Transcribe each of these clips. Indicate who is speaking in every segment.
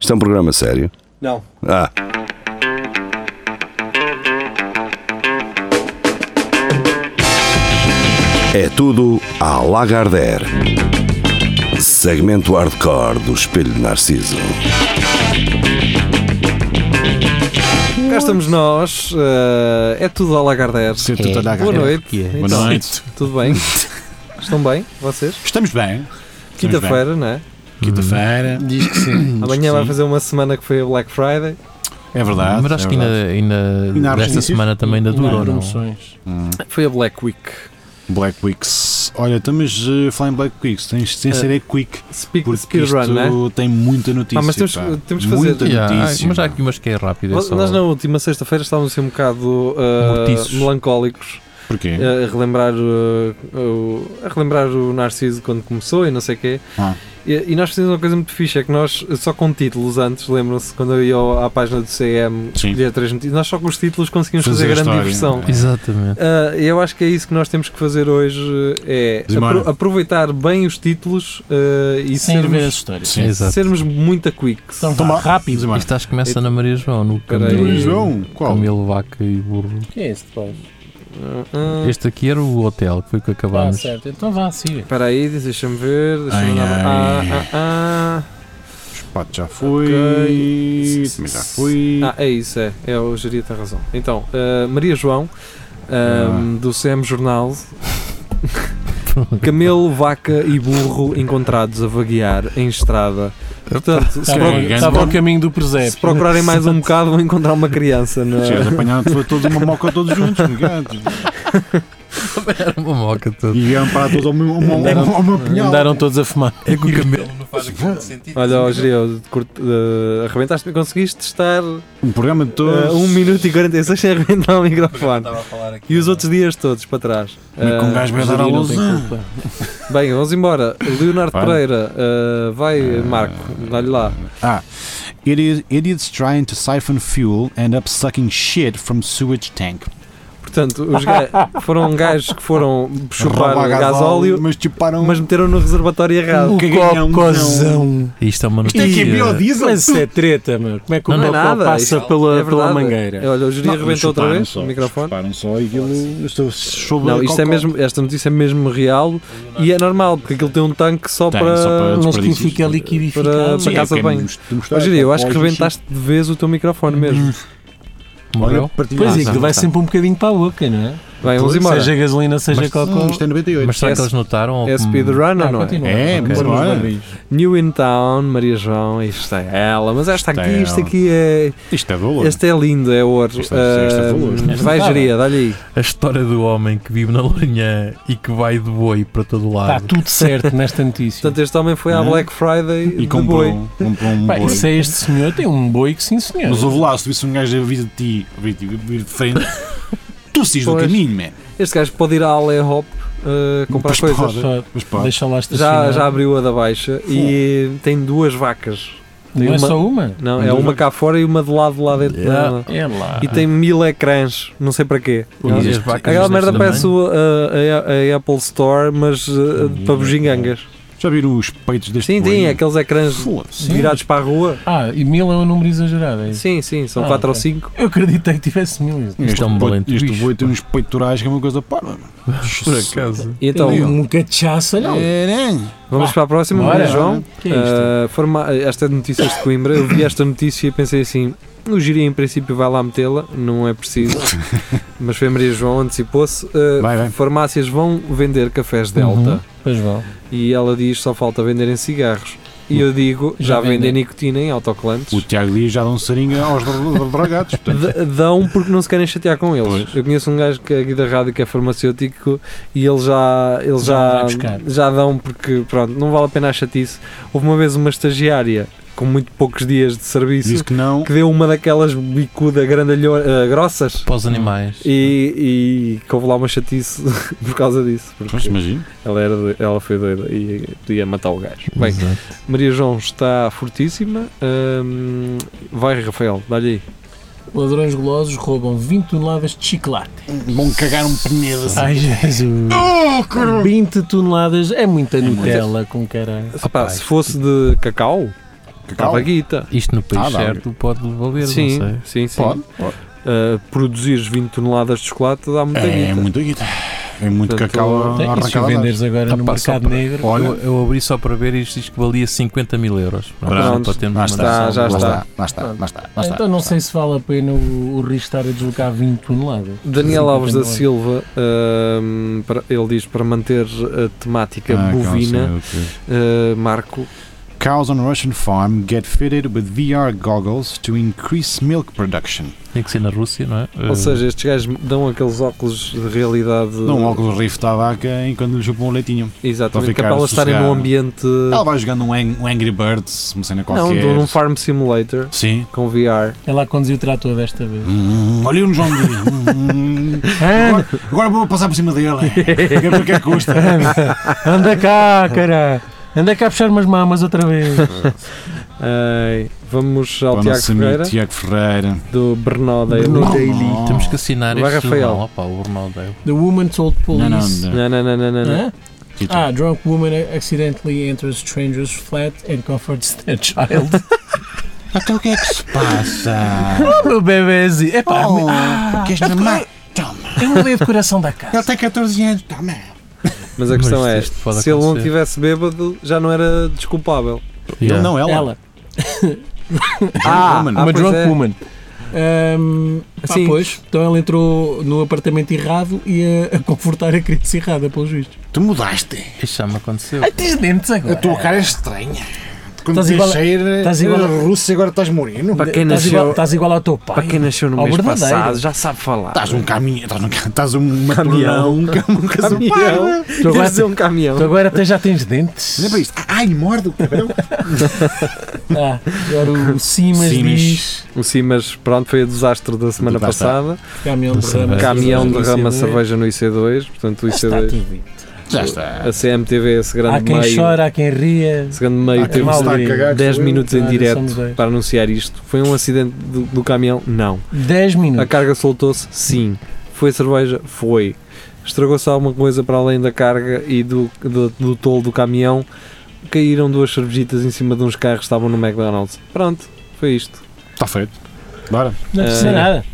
Speaker 1: Isto é um programa sério.
Speaker 2: Não.
Speaker 1: Ah, é tudo à Lagardère. Segmento hardcore do Espelho de Narciso.
Speaker 3: Cá estamos nós, eh, é tudo a Lagardère.
Speaker 4: Ser tudo a dar
Speaker 3: Boa
Speaker 4: garra.
Speaker 3: noite.
Speaker 4: É.
Speaker 3: Então,
Speaker 4: Boa noite.
Speaker 3: Tudo bem? Estão bem, vocês?
Speaker 4: Estamos bem.
Speaker 3: Quinta-feira, não é?
Speaker 5: Uhum.
Speaker 4: Quinta-feira.
Speaker 2: Diz que sim.
Speaker 3: Amanhã vai
Speaker 4: Hum. sim.
Speaker 3: fazer uma semana que foi a Black Friday.
Speaker 4: É verdade.
Speaker 5: Mas acho
Speaker 4: é
Speaker 5: que
Speaker 4: verdade.
Speaker 5: ainda, ainda,
Speaker 4: Ainda há
Speaker 5: desta
Speaker 4: benefícios?
Speaker 5: semana também ainda dura, ou
Speaker 3: um
Speaker 5: não?
Speaker 2: promoções.
Speaker 4: Hum.
Speaker 3: Foi a Black Week.
Speaker 4: Black Weeks. Olha, estamos a falar em Black Weeks. Tens, tens de ser é quick.
Speaker 3: Speed,
Speaker 4: Porque
Speaker 3: speedrun,
Speaker 4: isto
Speaker 3: Eh, não é?
Speaker 4: tem muita notícia.
Speaker 3: Ah, mas temos-
Speaker 4: pá.
Speaker 3: temos que fazer-
Speaker 4: Muita
Speaker 5: Yeah, há-
Speaker 4: notícia.
Speaker 5: mas há
Speaker 4: pá.
Speaker 5: aqui umas que é rápido. É
Speaker 3: Nós
Speaker 5: só...
Speaker 3: nós na última sexta-feira estávamos assim um bocado eh,
Speaker 5: Mortiços.
Speaker 3: melancólicos
Speaker 4: Porquê?
Speaker 3: eh, a relembrar, eh, o, a relembrar o Narciso quando começou e não sei o quê.
Speaker 4: Ah.
Speaker 3: E, e nós fizemos uma coisa muito fixe, é que nós eh, só com títulos antes, lembram-se quando eu ia ao- à página do CM
Speaker 4: Sim.
Speaker 3: escolher três notícias, nós só com os títulos conseguimos
Speaker 4: Fazer
Speaker 3: fazer,
Speaker 4: a
Speaker 3: grande
Speaker 4: história.
Speaker 3: diversão.
Speaker 5: é? Exatamente.
Speaker 3: Ah, eu acho que é isso que nós temos que fazer hoje, é
Speaker 4: Simbora.
Speaker 3: apro- aproveitar bem os títulos ah, e
Speaker 2: Sem ver as
Speaker 3: sermos,
Speaker 2: histórias.
Speaker 4: Sim.
Speaker 5: Exato.
Speaker 3: sermos muita quick.
Speaker 2: Então
Speaker 4: Então
Speaker 2: vá,
Speaker 4: vá.
Speaker 2: rápido.
Speaker 4: Vamos
Speaker 5: Isto acho que começa na Maria João, no
Speaker 3: Espera aí.
Speaker 5: Camilo,
Speaker 4: embora. João, qual?
Speaker 5: Camilo Vaca e Burro.
Speaker 2: O que é esse depois?
Speaker 3: Ah,
Speaker 5: Este aqui era o hotel, que foi o que
Speaker 2: Ah,
Speaker 5: acabámos.
Speaker 2: certo. Então vá, siga.
Speaker 3: Espera aí, deixa-me ver. Deixa-me
Speaker 4: Ai,
Speaker 3: dar-
Speaker 4: ai.
Speaker 3: Ah, ah,
Speaker 4: Os patos já foi.
Speaker 3: Ok.
Speaker 4: Também já foi.
Speaker 3: ah. Ah, é isso, é. é o Jeria tem razão. Então, ah, Maria João, ah, do CM Jornal. Camelo, vaca e burro encontrados a vaguear em estrada. Portanto, se,
Speaker 4: Tá
Speaker 3: pro-
Speaker 4: bem, grande
Speaker 2: Estava ao
Speaker 4: bom.
Speaker 2: caminho do
Speaker 3: se
Speaker 2: presépio.
Speaker 3: procurarem mais um bocado, vão encontrar uma criança. é? Na...
Speaker 4: Já apanharam to- toda uma moca todos juntos. obrigado.
Speaker 5: Era uma moca toda.
Speaker 4: E vieram para todos ao meu, ao meu, ao meu, ao meu pinhal.
Speaker 2: Andaram todos a fumar.
Speaker 5: É que o Camelo não faz aquele sentido.
Speaker 3: Olha, ó, Jeria, eu curto- ah, arrebentaste, conseguiste estar
Speaker 4: Um programa
Speaker 3: Eh,
Speaker 4: de todos.
Speaker 3: 1 minuto e 46 sem arrebentar o microfone.
Speaker 5: a falar aqui.
Speaker 3: E os outros dias todos para trás.
Speaker 4: Como é que um
Speaker 3: Ah,
Speaker 4: gajo vai dar
Speaker 2: Jari
Speaker 4: à
Speaker 2: não
Speaker 4: luz?
Speaker 2: tem culpa.
Speaker 3: Bem, vamos embora. Leonardo
Speaker 4: Vai.
Speaker 3: Pereira, ah, vai,
Speaker 4: Ah.
Speaker 3: Marco, dá-lhe lá.
Speaker 4: Ah, idiot, idiots trying to siphon fuel end up sucking shit from sewage tank.
Speaker 3: Portanto, os ga- foram gajos que foram chupar
Speaker 4: Roubar
Speaker 3: gasóleo,
Speaker 4: mas chuparam.
Speaker 3: mas meteram no reservatório errado.
Speaker 4: que ganham,
Speaker 2: cocôzão.
Speaker 5: Isto é uma notícia.
Speaker 2: Mas isso é treta, meu. Como é que o
Speaker 3: Não, não é
Speaker 2: cocó
Speaker 3: nada,
Speaker 2: passa
Speaker 3: isto-
Speaker 2: pela,
Speaker 3: é
Speaker 2: pela
Speaker 3: verdade.
Speaker 2: mangueira?
Speaker 3: Olha, o Júlio
Speaker 4: Não, mas
Speaker 3: arrebentou outra
Speaker 4: chuparam
Speaker 3: vez
Speaker 4: só,
Speaker 3: o microfone.
Speaker 4: Chuparam só e aquilo. eu Estou sob
Speaker 3: Não, isto é
Speaker 4: cocó.
Speaker 3: mesmo, esta notícia é mesmo real e é normal, porque aquilo tem um tanque só
Speaker 4: Tem,
Speaker 3: para.
Speaker 4: só para-
Speaker 2: Mas que
Speaker 4: desperdícios.
Speaker 2: fica liquidificado.
Speaker 3: Para casa
Speaker 4: Sim, é
Speaker 3: de
Speaker 4: porque
Speaker 3: banho.
Speaker 4: mos-
Speaker 2: Tá,
Speaker 4: mostrar
Speaker 3: Ó, Júlio, eu
Speaker 4: cocó
Speaker 3: acho que
Speaker 4: e xixi.
Speaker 3: arrebentaste de vez o teu microfone
Speaker 2: Uhum.
Speaker 3: mesmo.
Speaker 4: Olha,
Speaker 5: Morreu?
Speaker 4: partilha.
Speaker 2: Hum, Pois
Speaker 4: Ah,
Speaker 2: é, aquilo
Speaker 4: não,
Speaker 2: vai
Speaker 4: tá.
Speaker 2: sempre um bocadinho para a boca, não é?
Speaker 3: Bem, vamos embora.
Speaker 2: Seja gasolina, seja
Speaker 5: Mas-
Speaker 2: cocô.
Speaker 4: Hum, Isto é 98.
Speaker 5: Mas será que eles notaram? ou
Speaker 3: É
Speaker 5: como-
Speaker 3: speedrun ou não é?
Speaker 2: Tá, continua.
Speaker 4: É,
Speaker 2: Ok.
Speaker 4: mas bora.
Speaker 3: New in Town, Maria João, isto é ela, mas esta
Speaker 4: Isto
Speaker 3: aqui,
Speaker 4: é
Speaker 3: isto
Speaker 4: ela.
Speaker 3: aqui é.
Speaker 4: Isto é valor.
Speaker 3: Este é lindo, é ouro.
Speaker 4: Isto é- isto é
Speaker 3: Ah,
Speaker 4: valor.
Speaker 3: vai,
Speaker 2: Esta
Speaker 3: Jeria, dá-lhe aí.
Speaker 5: A história do homem que vive na Lourinhã e que vai de boi para todo
Speaker 2: Está
Speaker 5: lado.
Speaker 2: Tá tudo certo nesta notícia.
Speaker 3: Portanto, este homem foi à
Speaker 4: Não é?
Speaker 3: Black Friday
Speaker 4: E
Speaker 3: de
Speaker 4: comprou,
Speaker 3: boi.
Speaker 4: comprou um
Speaker 2: Pá,
Speaker 4: boi.
Speaker 2: isso é este senhor, tem um boi que sim senhor.
Speaker 4: Mas ouve lá, se visse um gajo a vir de ti, a vir de, vir de frente, tu saís do
Speaker 3: Pois.
Speaker 4: caminho, man.
Speaker 3: Este gajo pode ir à Ale Hop ah, comprar
Speaker 4: Pois
Speaker 3: coisas.
Speaker 4: pode.
Speaker 2: Só
Speaker 4: Mas pá,
Speaker 2: Deixa lá
Speaker 3: Já,
Speaker 2: estacionar.
Speaker 3: já abriu a da Baixa e tem duas vacas.
Speaker 2: Não
Speaker 3: Tem
Speaker 2: é
Speaker 3: uma-
Speaker 2: só uma?
Speaker 3: Não,
Speaker 4: Tem
Speaker 3: é
Speaker 4: duas
Speaker 3: uma
Speaker 4: vacas.
Speaker 3: cá fora e uma de lado lá dentro. da-
Speaker 2: É lá.
Speaker 3: E tem mil ecrãs, não sei para quê.
Speaker 5: E as
Speaker 4: Existe.
Speaker 5: vacas
Speaker 3: Aquela
Speaker 5: deste
Speaker 3: merda parece
Speaker 5: tamanho?
Speaker 3: o, a, a- a Apple Store, mas ah, para bugigangas.
Speaker 4: já viram os peitos deste
Speaker 3: Sim, é
Speaker 4: boi?
Speaker 3: tem aqueles ecrãs
Speaker 4: Foda-se.
Speaker 2: é. Sim.
Speaker 3: virados para a rua.
Speaker 2: Ah, e mil é um número exagerado, é isso?
Speaker 3: Sim, sim, são
Speaker 2: Ah,
Speaker 3: 4 ou
Speaker 2: ok.
Speaker 3: 5.
Speaker 2: Eu acreditei que tivesse mil.
Speaker 5: Isto é um
Speaker 4: boi-
Speaker 5: valente
Speaker 4: Este
Speaker 5: bicho,
Speaker 4: boi tem uns peitorais que é uma coisa parva. mano.
Speaker 5: Por acaso.
Speaker 3: E então,
Speaker 4: Legal.
Speaker 2: Um cachaça, não.
Speaker 4: É, né?
Speaker 3: vamos para a próxima,
Speaker 2: Bora.
Speaker 3: Maria João.
Speaker 2: Que é isto?
Speaker 3: Ah, forma- esta é de notícias de Coimbra. Eu vi esta notícia e pensei assim: o Giri, em princípio, vai lá metê-la, não é preciso. Mas foi a Maria João, antecipou-se. Ah,
Speaker 4: Vai, vai.
Speaker 3: farmácias vão vender cafés Delta.
Speaker 2: Uhum. Pois vão.
Speaker 3: E ela diz: só falta venderem cigarros. E eu digo: já,
Speaker 2: Já
Speaker 3: vendem
Speaker 2: vendem.
Speaker 3: nicotina em
Speaker 4: O
Speaker 3: autocolantes.
Speaker 4: Tiago Dias já dá um seringa aos dragados. portanto.
Speaker 3: D- Dão porque não se querem chatear com eles.
Speaker 4: Pois.
Speaker 3: Eu conheço um gajo que é aqui da rádio que é farmacêutico e ele já, ele
Speaker 2: Já
Speaker 3: já,
Speaker 2: vai buscar.
Speaker 3: já dão porque pronto, não vale a pena a chatice. Houve uma vez uma estagiária com muito poucos dias de serviço
Speaker 4: Disse que não.
Speaker 3: que deu uma daquelas bicuda grandalhões grossas
Speaker 5: Para os animais.
Speaker 3: e, e que houve lá uma chatice por causa disso.
Speaker 4: Pois,
Speaker 3: Porque
Speaker 4: imagina.
Speaker 3: ela, era, do- ela foi doida e podia matar o gajo. Bem,
Speaker 5: Exato.
Speaker 3: Maria João está fortíssima. Hum, vai, Rafael, dá-lhe aí.
Speaker 2: Ladrões golosos roubam 20 toneladas de chocolate.
Speaker 4: Vão cagar um pneu assim.
Speaker 2: Ai, Jesus.
Speaker 3: Oh, É
Speaker 2: 20 toneladas é muita Nutella com caralho.
Speaker 3: Epá, se fosse de cacau,
Speaker 4: Cacau?
Speaker 3: Estava guita.
Speaker 5: Isto no país
Speaker 4: Ah, dá.
Speaker 5: certo pode valer,
Speaker 3: Sim,
Speaker 5: não sei.
Speaker 3: sim, sim.
Speaker 4: Pode, pode.
Speaker 3: Uh, produzires 20 toneladas de chocolate dá muita
Speaker 4: É,
Speaker 3: guita.
Speaker 4: muita guita. É muito
Speaker 3: Portanto,
Speaker 4: cacau
Speaker 3: tem-
Speaker 2: Tem, e se
Speaker 4: a
Speaker 2: o
Speaker 4: arrancar lá
Speaker 2: venderes agora no
Speaker 5: Rapaz, só
Speaker 2: mercado
Speaker 5: para-
Speaker 2: negro,
Speaker 4: Olha.
Speaker 5: Eu, eu abri só para ver e isto diz que valia 50 mil euros. Pronto,
Speaker 3: Pronto,
Speaker 5: para termos
Speaker 4: Lá
Speaker 5: uma
Speaker 4: está,
Speaker 5: noção.
Speaker 3: já
Speaker 4: lá
Speaker 3: está.
Speaker 4: Lá está, lá está. lá está,
Speaker 2: então
Speaker 4: lá
Speaker 2: não
Speaker 4: está.
Speaker 2: sei se vale a pena o, o risco estar a deslocar 20 toneladas.
Speaker 3: Daniel Alves da
Speaker 2: 50
Speaker 3: Silva, ahm, para- ele diz para manter a temática
Speaker 4: Ah, cacau,
Speaker 3: é bovina,
Speaker 4: sim, ok.
Speaker 3: ah, Marco,
Speaker 4: é. Cows on Russian farm get fitted with VR goggles to increase milk production.
Speaker 5: Tem que ser na Rússia, não é? Eh,
Speaker 3: ou seja, estes gajos dão aqueles óculos de realidade.
Speaker 4: Dão um óculos rift à vaca enquanto lhe chupam um leitinho.
Speaker 3: Exatamente,
Speaker 4: para
Speaker 3: que é
Speaker 4: ficar
Speaker 3: para elas estarem num
Speaker 4: sossegado.
Speaker 3: ambiente.
Speaker 4: Ela vai jogando um, Ang- um Angry Birds, uma cena
Speaker 3: Não,
Speaker 4: qualquer.
Speaker 3: de um farm simulator
Speaker 4: Sim.
Speaker 3: com VR.
Speaker 2: Ela conduziu o trator desta vez.
Speaker 4: Hum, olha um João Luís. Hum,
Speaker 2: Anda,
Speaker 4: agora, agora vou passar por cima dele. Quer ver o que é que custa?
Speaker 2: anda cá, cara. Anda cá a puxar umas mamas outra vez.
Speaker 3: Ai, vamos ao
Speaker 4: Para o
Speaker 3: Tiago
Speaker 4: nosso amigo
Speaker 3: Ferreira,
Speaker 4: Tiago Ferreira.
Speaker 3: do Bernodale.
Speaker 2: Bernal.
Speaker 4: Oh.
Speaker 5: Temos que assinar
Speaker 3: Vai,
Speaker 5: este
Speaker 3: Rafael.
Speaker 5: jornal, opá, o Ronaldo.
Speaker 2: The woman told
Speaker 4: Não,
Speaker 2: police.
Speaker 4: não, não.
Speaker 3: Não, não, não, não, não. não. Tipo.
Speaker 2: Hã? Ah, drunk woman accidentally enters stranger's flat and comforts their child.
Speaker 4: Até o que é que se passa?
Speaker 2: oh, meu bebezinho. Epá,
Speaker 4: Oh,
Speaker 2: ah,
Speaker 4: queres mamar? Toma.
Speaker 2: eu mudei de coração da
Speaker 4: Ele
Speaker 2: casa.
Speaker 4: tem 14 anos. Toma.
Speaker 3: Mas a questão
Speaker 5: Mas
Speaker 3: é:
Speaker 5: isto pode
Speaker 3: se ele não
Speaker 5: acontecer.
Speaker 3: tivesse bêbado, já não era desculpável.
Speaker 4: Ele não, ela.
Speaker 2: Ela,
Speaker 3: Ah,
Speaker 4: woman.
Speaker 3: ah,
Speaker 2: uma
Speaker 3: pois
Speaker 2: drunk
Speaker 3: é.
Speaker 2: woman. Ahm, pá,
Speaker 3: Sim.
Speaker 2: pois, então ela entrou no apartamento errado e a, a confortar a criança errada, pelos vistos.
Speaker 4: Tu mudaste.
Speaker 5: Isto já me aconteceu.
Speaker 2: Ah, tens dentes agora.
Speaker 4: ah. A tua cara é estranha. Quando
Speaker 2: Estás
Speaker 4: tens
Speaker 2: igual a-
Speaker 4: cheiro,
Speaker 2: estás igual a-
Speaker 4: eras russo e agora estás moreno.
Speaker 3: Para quem
Speaker 2: Estás igual,
Speaker 3: nasceu,
Speaker 2: estás igual ao teu pai.
Speaker 3: para quem nasceu no
Speaker 2: Ao
Speaker 3: mês
Speaker 2: verdadeiro.
Speaker 3: passado, já sabe falar.
Speaker 4: Estás um caminho, estás um, ca- estás
Speaker 3: Caminhão.
Speaker 4: um matulão, um ca- um caminhão.
Speaker 3: Tu
Speaker 2: agora-
Speaker 3: vais dizer um caminhão.
Speaker 2: Tu agora até já tens dentes.
Speaker 4: Olha é para isto. Ai, morde o cabelo.
Speaker 2: Ah, agora o Simas
Speaker 4: Simas.
Speaker 2: diz.
Speaker 3: O Simas, pronto, foi o desastre da semana
Speaker 4: Lá está.
Speaker 3: passada.
Speaker 2: Caminhão
Speaker 5: Da
Speaker 2: derrama.
Speaker 5: cerveja.
Speaker 3: Caminhão
Speaker 2: cerveja.
Speaker 3: derrama
Speaker 2: Sim,
Speaker 3: cerveja no IC2, portanto o
Speaker 2: Está
Speaker 3: IC2,
Speaker 2: tudo dito.
Speaker 4: Já está.
Speaker 3: a CMTV, esse
Speaker 2: Há
Speaker 3: grande
Speaker 2: quem
Speaker 3: meio,
Speaker 2: chora, há quem ria.
Speaker 3: esse grande meio
Speaker 4: Há quem
Speaker 3: teve
Speaker 4: se está a
Speaker 2: Maldirinho.
Speaker 4: cagar, que
Speaker 3: 10
Speaker 4: sou eu.
Speaker 3: minutos em
Speaker 2: Ah, somos
Speaker 3: direto
Speaker 2: dois.
Speaker 3: para anunciar isto. Foi um acidente do, do caminhão? Não.
Speaker 2: 10
Speaker 3: A
Speaker 2: minutos.
Speaker 3: carga soltou-se? Sim. Foi cerveja? Foi. Estragou-se alguma coisa para além da carga e do, do, do tolo do caminhão? Caíram duas cervejitas em cima de uns carros que estavam no McDonald's. Pronto, foi isto.
Speaker 4: Está feito. Bora.
Speaker 2: Não precisa
Speaker 3: Ah.
Speaker 2: nada.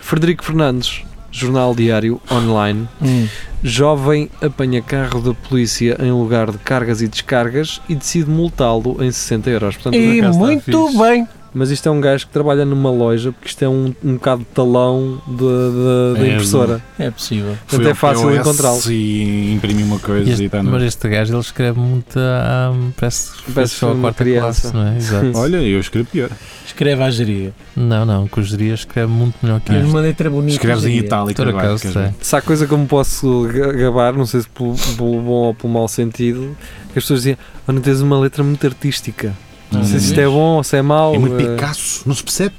Speaker 3: Frederico Fernandes, Jornal Diário Online.
Speaker 2: Hum.
Speaker 3: Jovem apanha carro da polícia em lugar de cargas e descargas e decide multá-lo em 60 euros. Portanto,
Speaker 2: E
Speaker 5: acaso está
Speaker 2: muito
Speaker 5: fixe.
Speaker 2: bem.
Speaker 3: Mas isto é um gajo que trabalha numa loja, porque isto é um, um bocado de talão de- de- da
Speaker 4: É,
Speaker 3: impressora.
Speaker 2: É possível.
Speaker 3: Portanto, é fácil encontrá-lo.
Speaker 4: E imprimi uma coisa
Speaker 5: Este-
Speaker 4: e está
Speaker 5: mas
Speaker 4: no...
Speaker 5: este gajo ele escreve muito. ah, parece que fez
Speaker 3: Parece
Speaker 5: só a
Speaker 3: uma
Speaker 5: quarta
Speaker 3: criança.
Speaker 5: classe, não é? Exato.
Speaker 4: Olha, eu escrevo pior.
Speaker 2: Escreve à geria.
Speaker 5: Não, não, que o Jeria escreve muito melhor que
Speaker 2: Eu lhe
Speaker 5: este.
Speaker 2: mandei ter bonito.
Speaker 4: Escreves em
Speaker 2: geria.
Speaker 4: itálico
Speaker 5: Por
Speaker 4: agora.
Speaker 5: acaso, é.
Speaker 4: queres
Speaker 5: sei.
Speaker 4: ver?
Speaker 3: Se há coisa que eu me posso ga- gabar, não sei se pelo, pelo bom ou pelo mau sentido, que as pessoas diziam: oh, não tens uma letra muito artística. Não sei se isto é bom ou se é mau.
Speaker 4: Ah, É muito
Speaker 3: eh,
Speaker 4: Picasso, não se percebe.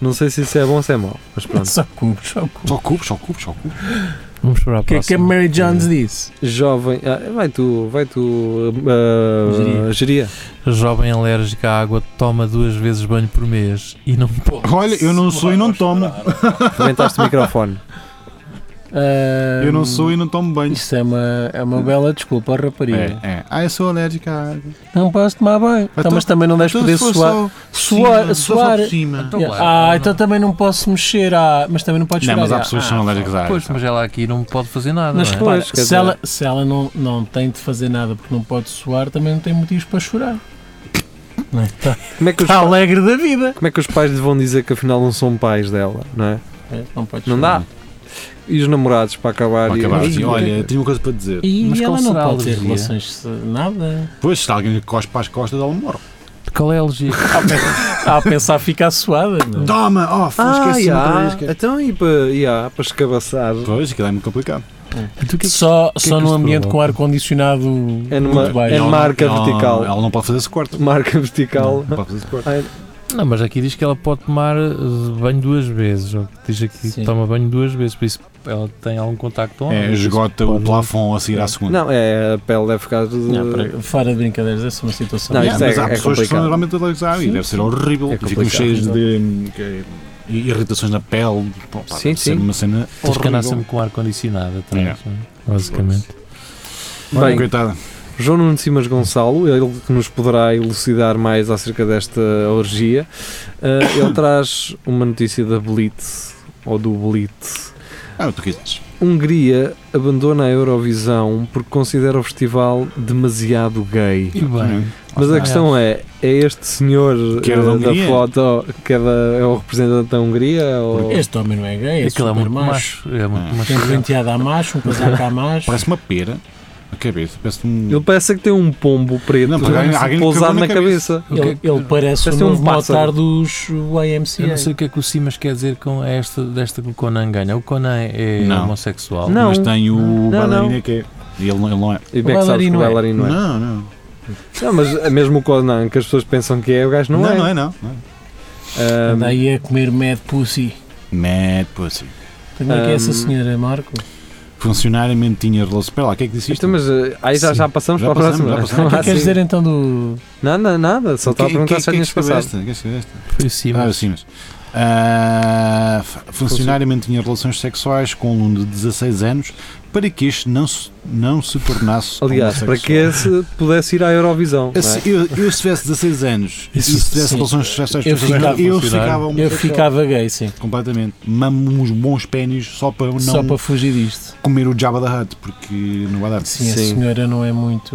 Speaker 3: não sei se isso é bom ou se é mau. Mas pronto.
Speaker 2: Só cubos, só cubos.
Speaker 4: Só cubos, só cubos, só cubos.
Speaker 5: Vamos para a
Speaker 2: O que é que a
Speaker 5: próxima.
Speaker 2: Mary Jones disse?
Speaker 3: Jovem. ah, vai tu, vai tu. ah, ah, geria.
Speaker 5: Jovem alérgico à água toma duas vezes banho por mês e não pode.
Speaker 4: Olha, eu não sou e não tomo.
Speaker 3: Comentaste o microfone.
Speaker 2: Ahm,
Speaker 4: Eu não sou e não tomo banho.
Speaker 2: Isso é uma, é uma bela desculpa, ó rapariga.
Speaker 4: É, é. Ah, eu sou alérgico à água.
Speaker 2: Não posso tomar banho. Então, mas também não deves
Speaker 4: Então,
Speaker 2: poder
Speaker 4: se for
Speaker 2: suar.
Speaker 4: só
Speaker 2: Suar-
Speaker 4: por cima, só
Speaker 2: suar-
Speaker 4: por cima.
Speaker 5: Então,
Speaker 2: Yeah.
Speaker 5: claro,
Speaker 2: ah,
Speaker 5: não.
Speaker 2: então também não posso mexer. Ah, mas também não podes
Speaker 4: Não,
Speaker 2: chorar.
Speaker 4: mas há
Speaker 2: Ah,
Speaker 4: pessoas que são alérgicas à água.
Speaker 5: Pois, mas ela aqui não pode fazer nada.
Speaker 2: Mas
Speaker 5: não é?
Speaker 2: repara,
Speaker 3: Pois, quer
Speaker 2: se,
Speaker 3: dizer-
Speaker 2: ela, se ela não, não tem de fazer nada porque não pode suar, também não tem motivos para chorar. Está
Speaker 3: Como é que os,
Speaker 2: tá alegre da vida.
Speaker 3: como é que os pais lhe vão dizer que afinal não são pais dela, não é?
Speaker 2: É, Não, pode
Speaker 3: Não
Speaker 2: chorar.
Speaker 3: dá. E os namorados para acabar.
Speaker 4: Para
Speaker 3: e-
Speaker 4: acabar,
Speaker 2: Ai,
Speaker 4: assim,
Speaker 2: eu-
Speaker 4: olha, tenho uma coisa para dizer.
Speaker 2: E
Speaker 5: Mas qual
Speaker 2: ela não
Speaker 5: será a
Speaker 2: pode ter
Speaker 5: alergia?
Speaker 2: relações se- nada.
Speaker 4: Pois, se alguém lhe cospe para as costas, um ela morre.
Speaker 5: Qual é a alergia?
Speaker 2: Está Tá a pensar ficar suada. Não? é?
Speaker 4: Toma! Oh,
Speaker 3: Ah,
Speaker 4: esqueci
Speaker 3: já.
Speaker 4: outra vez.
Speaker 3: Então, e para, e há, para escabaçar?
Speaker 4: Pois, aquilo é muito complicado.
Speaker 5: Tu que é que-
Speaker 2: Só,
Speaker 5: que é
Speaker 2: só
Speaker 5: que
Speaker 2: num
Speaker 5: isto
Speaker 2: ambiente
Speaker 5: provoca?
Speaker 2: com ar-condicionado
Speaker 3: É numa-
Speaker 2: muito baixo.
Speaker 3: é numa- marca
Speaker 4: ela,
Speaker 3: vertical.
Speaker 4: Ela não pode fazer esse corte.
Speaker 3: Marca vertical.
Speaker 4: Não pode fazer esse corte.
Speaker 5: Não, mas aqui diz que ela pode tomar eh, banho duas vezes. ou que Diz aqui que
Speaker 2: Sim.
Speaker 5: toma banho duas vezes, por isso ela tem algum contacto lá.
Speaker 4: É, esgota o plafond a seguir à segunda.
Speaker 3: Não, é, a pele deve ficar. de-
Speaker 2: Não, pera, eh, fora de brincadeiras, essa é uma situação.
Speaker 3: Não,
Speaker 4: Yeah,
Speaker 3: isto
Speaker 4: mas
Speaker 3: é-
Speaker 4: há
Speaker 3: é
Speaker 4: pessoas que são
Speaker 3: complicado.
Speaker 4: realmente alérgicas à água e
Speaker 2: Sim,
Speaker 4: deve ser horrível.
Speaker 3: É
Speaker 4: Ficam
Speaker 3: complicado.
Speaker 4: cheias de hum, que- irritações na pele. Pô, pá,
Speaker 3: Sim,
Speaker 4: deve ser
Speaker 3: sim.
Speaker 4: uma cena
Speaker 5: Tens que andar
Speaker 4: horrível.
Speaker 5: sempre com ar-condicionado atrás,
Speaker 4: Yeah.
Speaker 5: não é? basicamente.
Speaker 4: Olha,
Speaker 3: Bem,
Speaker 4: coitada.
Speaker 3: João Nuno Simas Gonçalo, ele que nos poderá elucidar mais acerca desta orgia. Uh, ele traz uma notícia da Blitz, ou do Blitz,
Speaker 4: É o que tu quiseres.
Speaker 3: Hungria abandona a Eurovisão porque considera o festival demasiado gay.
Speaker 5: E bem,
Speaker 3: Mas a
Speaker 2: está.
Speaker 3: questão é, é este senhor
Speaker 4: Que era
Speaker 3: eh,
Speaker 4: da
Speaker 3: da
Speaker 4: Hungria?
Speaker 3: foto que é, da- é o representante da Hungria? Ou...
Speaker 2: Este homem não é gay, é
Speaker 5: aquilo é
Speaker 2: super
Speaker 5: muito
Speaker 2: macho.
Speaker 5: macho. É muito
Speaker 4: Ah.
Speaker 5: macho.
Speaker 2: Tem um penteado à macho, um casaco à macho.
Speaker 4: Parece uma pera a cabeça. Parece um.
Speaker 3: Ele parece que tem um pombo preto
Speaker 4: Não, porque alguém- alguém lhe
Speaker 3: pousado
Speaker 4: cagou
Speaker 3: na
Speaker 4: na
Speaker 3: cabeça.
Speaker 5: O
Speaker 2: Ele,
Speaker 5: que é-
Speaker 2: ele parece o
Speaker 3: Parece um
Speaker 2: novo
Speaker 3: pássaro.
Speaker 2: motar dos YMCA.
Speaker 5: Eu não sei o que é que o Simas quer dizer com esta, desta que o Conan ganha. O Conan é
Speaker 4: Não.
Speaker 5: homossexual.
Speaker 3: Não.
Speaker 4: Mas tem o
Speaker 3: Não,
Speaker 4: bailarina
Speaker 3: não.
Speaker 4: que é. E ele, não- ele não é.
Speaker 3: E bem que sabes que
Speaker 2: bailarino
Speaker 3: o
Speaker 2: é.
Speaker 3: bailarino não é.
Speaker 4: Não, não.
Speaker 3: Não, mas é mesmo o Conan, que as pessoas pensam que é, o gajo não, é. Ah, então,
Speaker 4: não é, não. não.
Speaker 3: Ahm,
Speaker 2: Anda aí a comer mad pussy.
Speaker 4: Mad pussy.
Speaker 2: Como é que é essa
Speaker 3: Ahm,
Speaker 2: senhora, Marco?
Speaker 4: Funcionário mentinha relação. Espera lá, o que é que disse isto?
Speaker 3: então, mas eh, aí já,
Speaker 4: Sim.
Speaker 3: já passamos
Speaker 4: Já
Speaker 3: para a
Speaker 4: passamos,
Speaker 3: próxima.
Speaker 4: já passamos. é
Speaker 2: O que
Speaker 3: Não há
Speaker 2: queres
Speaker 3: assim-
Speaker 2: dizer então do.
Speaker 3: Nada, nada, só estava a
Speaker 4: Que- que- é
Speaker 3: perguntar se já
Speaker 4: que- que
Speaker 3: tinhas
Speaker 4: escreveu
Speaker 3: passado.
Speaker 4: esta? Que escreveu esta?
Speaker 5: Foi o
Speaker 4: Ah,
Speaker 5: Simas.
Speaker 4: sim, mas. Ah, f- funcionário mantinha relações sexuais com um aluno de 16 anos para que este não se, não se tornasse.
Speaker 3: Aliás, para que
Speaker 4: homossexual.
Speaker 3: esse pudesse ir à Eurovisão. não é?
Speaker 4: Eu, se- eu, eu se tivesse 16 anos
Speaker 5: Isso-
Speaker 4: e se tivesse
Speaker 2: sim.
Speaker 4: relações sexuais
Speaker 2: Eu
Speaker 4: com pessoas,
Speaker 5: ficava-
Speaker 4: eu
Speaker 5: funcionário.
Speaker 4: ficava
Speaker 2: Eu
Speaker 4: homossexual.
Speaker 2: ficava gay, sim.
Speaker 4: Completamente. Mamo uns bons pênis só para eu não
Speaker 2: Só para fugir disto.
Speaker 4: comer o Jabba da Hutt, porque não vai dar.
Speaker 2: Sim, a
Speaker 3: Sim.
Speaker 2: senhora não é muito.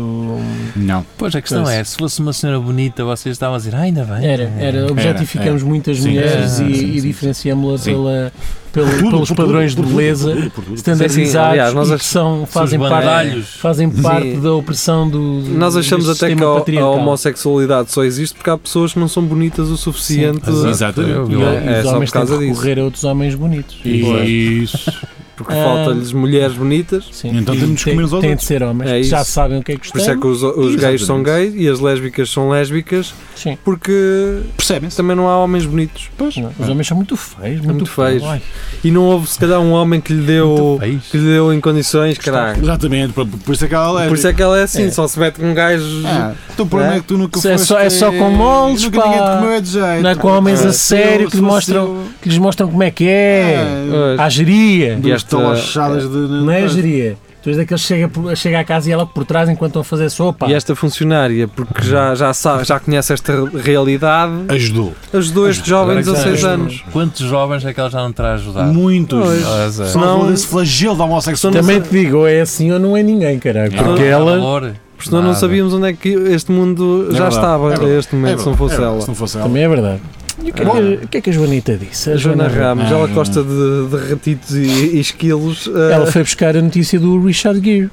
Speaker 4: Não.
Speaker 5: Pois a questão
Speaker 2: Parece.
Speaker 5: é, se fosse uma senhora bonita, vocês estavam a dizer, "Ah, ainda bem.
Speaker 2: Era, era. Objetificamos muitas
Speaker 4: Sim,
Speaker 2: mulheres
Speaker 5: sim,
Speaker 2: e,
Speaker 4: sim,
Speaker 2: e
Speaker 4: sim,
Speaker 2: diferenciámo-las
Speaker 4: sim.
Speaker 2: pela, pelo-
Speaker 4: Tudo,
Speaker 2: pelos
Speaker 4: por tudo,
Speaker 2: padrões
Speaker 4: por
Speaker 2: de
Speaker 4: tudo,
Speaker 2: beleza
Speaker 4: por tudo, por tudo.
Speaker 2: standardizados
Speaker 3: Sim, sim, aliás, nós
Speaker 2: e
Speaker 3: ach-
Speaker 2: que são, fazem parte,
Speaker 5: bandalhos.
Speaker 2: fazem parte
Speaker 3: Sim.
Speaker 2: da opressão do. do-
Speaker 3: Nós achamos
Speaker 2: deste
Speaker 3: até que
Speaker 2: sistema
Speaker 3: a, a
Speaker 2: patriarcal.
Speaker 3: homossexualidade só existe porque há pessoas que não são bonitas o suficiente.
Speaker 4: Sim, Exatamente.
Speaker 5: Eu
Speaker 2: E,
Speaker 5: vi
Speaker 2: e
Speaker 5: lá.
Speaker 3: É,
Speaker 2: os
Speaker 3: só por
Speaker 2: homens têm
Speaker 3: causa
Speaker 2: que
Speaker 3: disso.
Speaker 2: recorrer a outros homens bonitos.
Speaker 4: Isso.
Speaker 3: Porque
Speaker 2: Ah.
Speaker 3: faltam-lhes mulheres bonitas.
Speaker 2: Sim.
Speaker 4: Então
Speaker 2: E
Speaker 4: temos que
Speaker 2: tem-
Speaker 4: comer os
Speaker 2: Tem
Speaker 4: outros.
Speaker 2: de ser homens
Speaker 3: É
Speaker 2: que já
Speaker 3: isso.
Speaker 2: sabem o que é que
Speaker 3: Por isso é
Speaker 2: gostam.
Speaker 3: que os, os gays são gays e as lésbicas são lésbicas
Speaker 2: Sim.
Speaker 3: porque
Speaker 4: Percebem-se?
Speaker 3: também não há homens bonitos.
Speaker 2: Não, Os homens são muito feios, muito,
Speaker 3: É. muito feios.
Speaker 2: Ai,
Speaker 3: E não houve se calhar um homem que lhe deu,
Speaker 5: Fez.
Speaker 3: que lhe deu em condições, caralho.
Speaker 4: Exatamente, por, por isso é que ela é.
Speaker 3: Por isso é que ela é assim,
Speaker 2: É.
Speaker 3: só se mete com um gajo.
Speaker 4: Ah, então o problema
Speaker 3: É?
Speaker 4: é que tu nunca
Speaker 2: Isso é
Speaker 4: foste.
Speaker 2: só- é só com moles,
Speaker 4: nunca
Speaker 2: pá.
Speaker 4: ninguém te comeu é de jeito.
Speaker 2: Não é com homens
Speaker 3: a
Speaker 2: sério que mostram- Que lhes mostram como é que é.
Speaker 3: Pois.
Speaker 2: À geria.
Speaker 3: E
Speaker 4: E as
Speaker 3: esta-
Speaker 4: talachadas de.
Speaker 2: Não é a geria. Tu és daqueles que chega, por- chega à casa e ela por trás enquanto estão a fazer sopa.
Speaker 3: E esta funcionária, porque já, já, sabe, já conhece esta realidade,
Speaker 4: Ajudou.
Speaker 3: ajudou este jovem de
Speaker 4: é
Speaker 5: Agora que
Speaker 3: 16
Speaker 5: sabes,
Speaker 3: anos.
Speaker 5: Quantos jovens é que ela já não terá ajudado?
Speaker 4: Muitos.
Speaker 3: Pois.
Speaker 5: Ah, Zé.
Speaker 4: Só
Speaker 3: Não-
Speaker 4: não, desse flagelo da homossexualidade.
Speaker 2: Também te digo, ou é assim ou não é ninguém, caralho.
Speaker 4: Não.
Speaker 2: Porque
Speaker 5: Não dá
Speaker 2: ela
Speaker 5: valor.
Speaker 3: Porque senão não
Speaker 5: Nada.
Speaker 3: sabíamos onde é que este mundo já
Speaker 4: É verdade,
Speaker 3: estava
Speaker 4: é
Speaker 3: a
Speaker 4: verdade,
Speaker 3: este momento,
Speaker 4: É
Speaker 3: se não fosse
Speaker 4: verdade,
Speaker 3: ela.
Speaker 4: Se não fosse ela.
Speaker 2: também é verdade. E o que é que, o que é que a Joanita disse?
Speaker 3: A Joana Ramos, ela
Speaker 4: Ah.
Speaker 3: gosta de, de ratitos e, e esquilos.
Speaker 2: Ela
Speaker 3: eh,
Speaker 2: foi buscar a notícia do Richard Gere,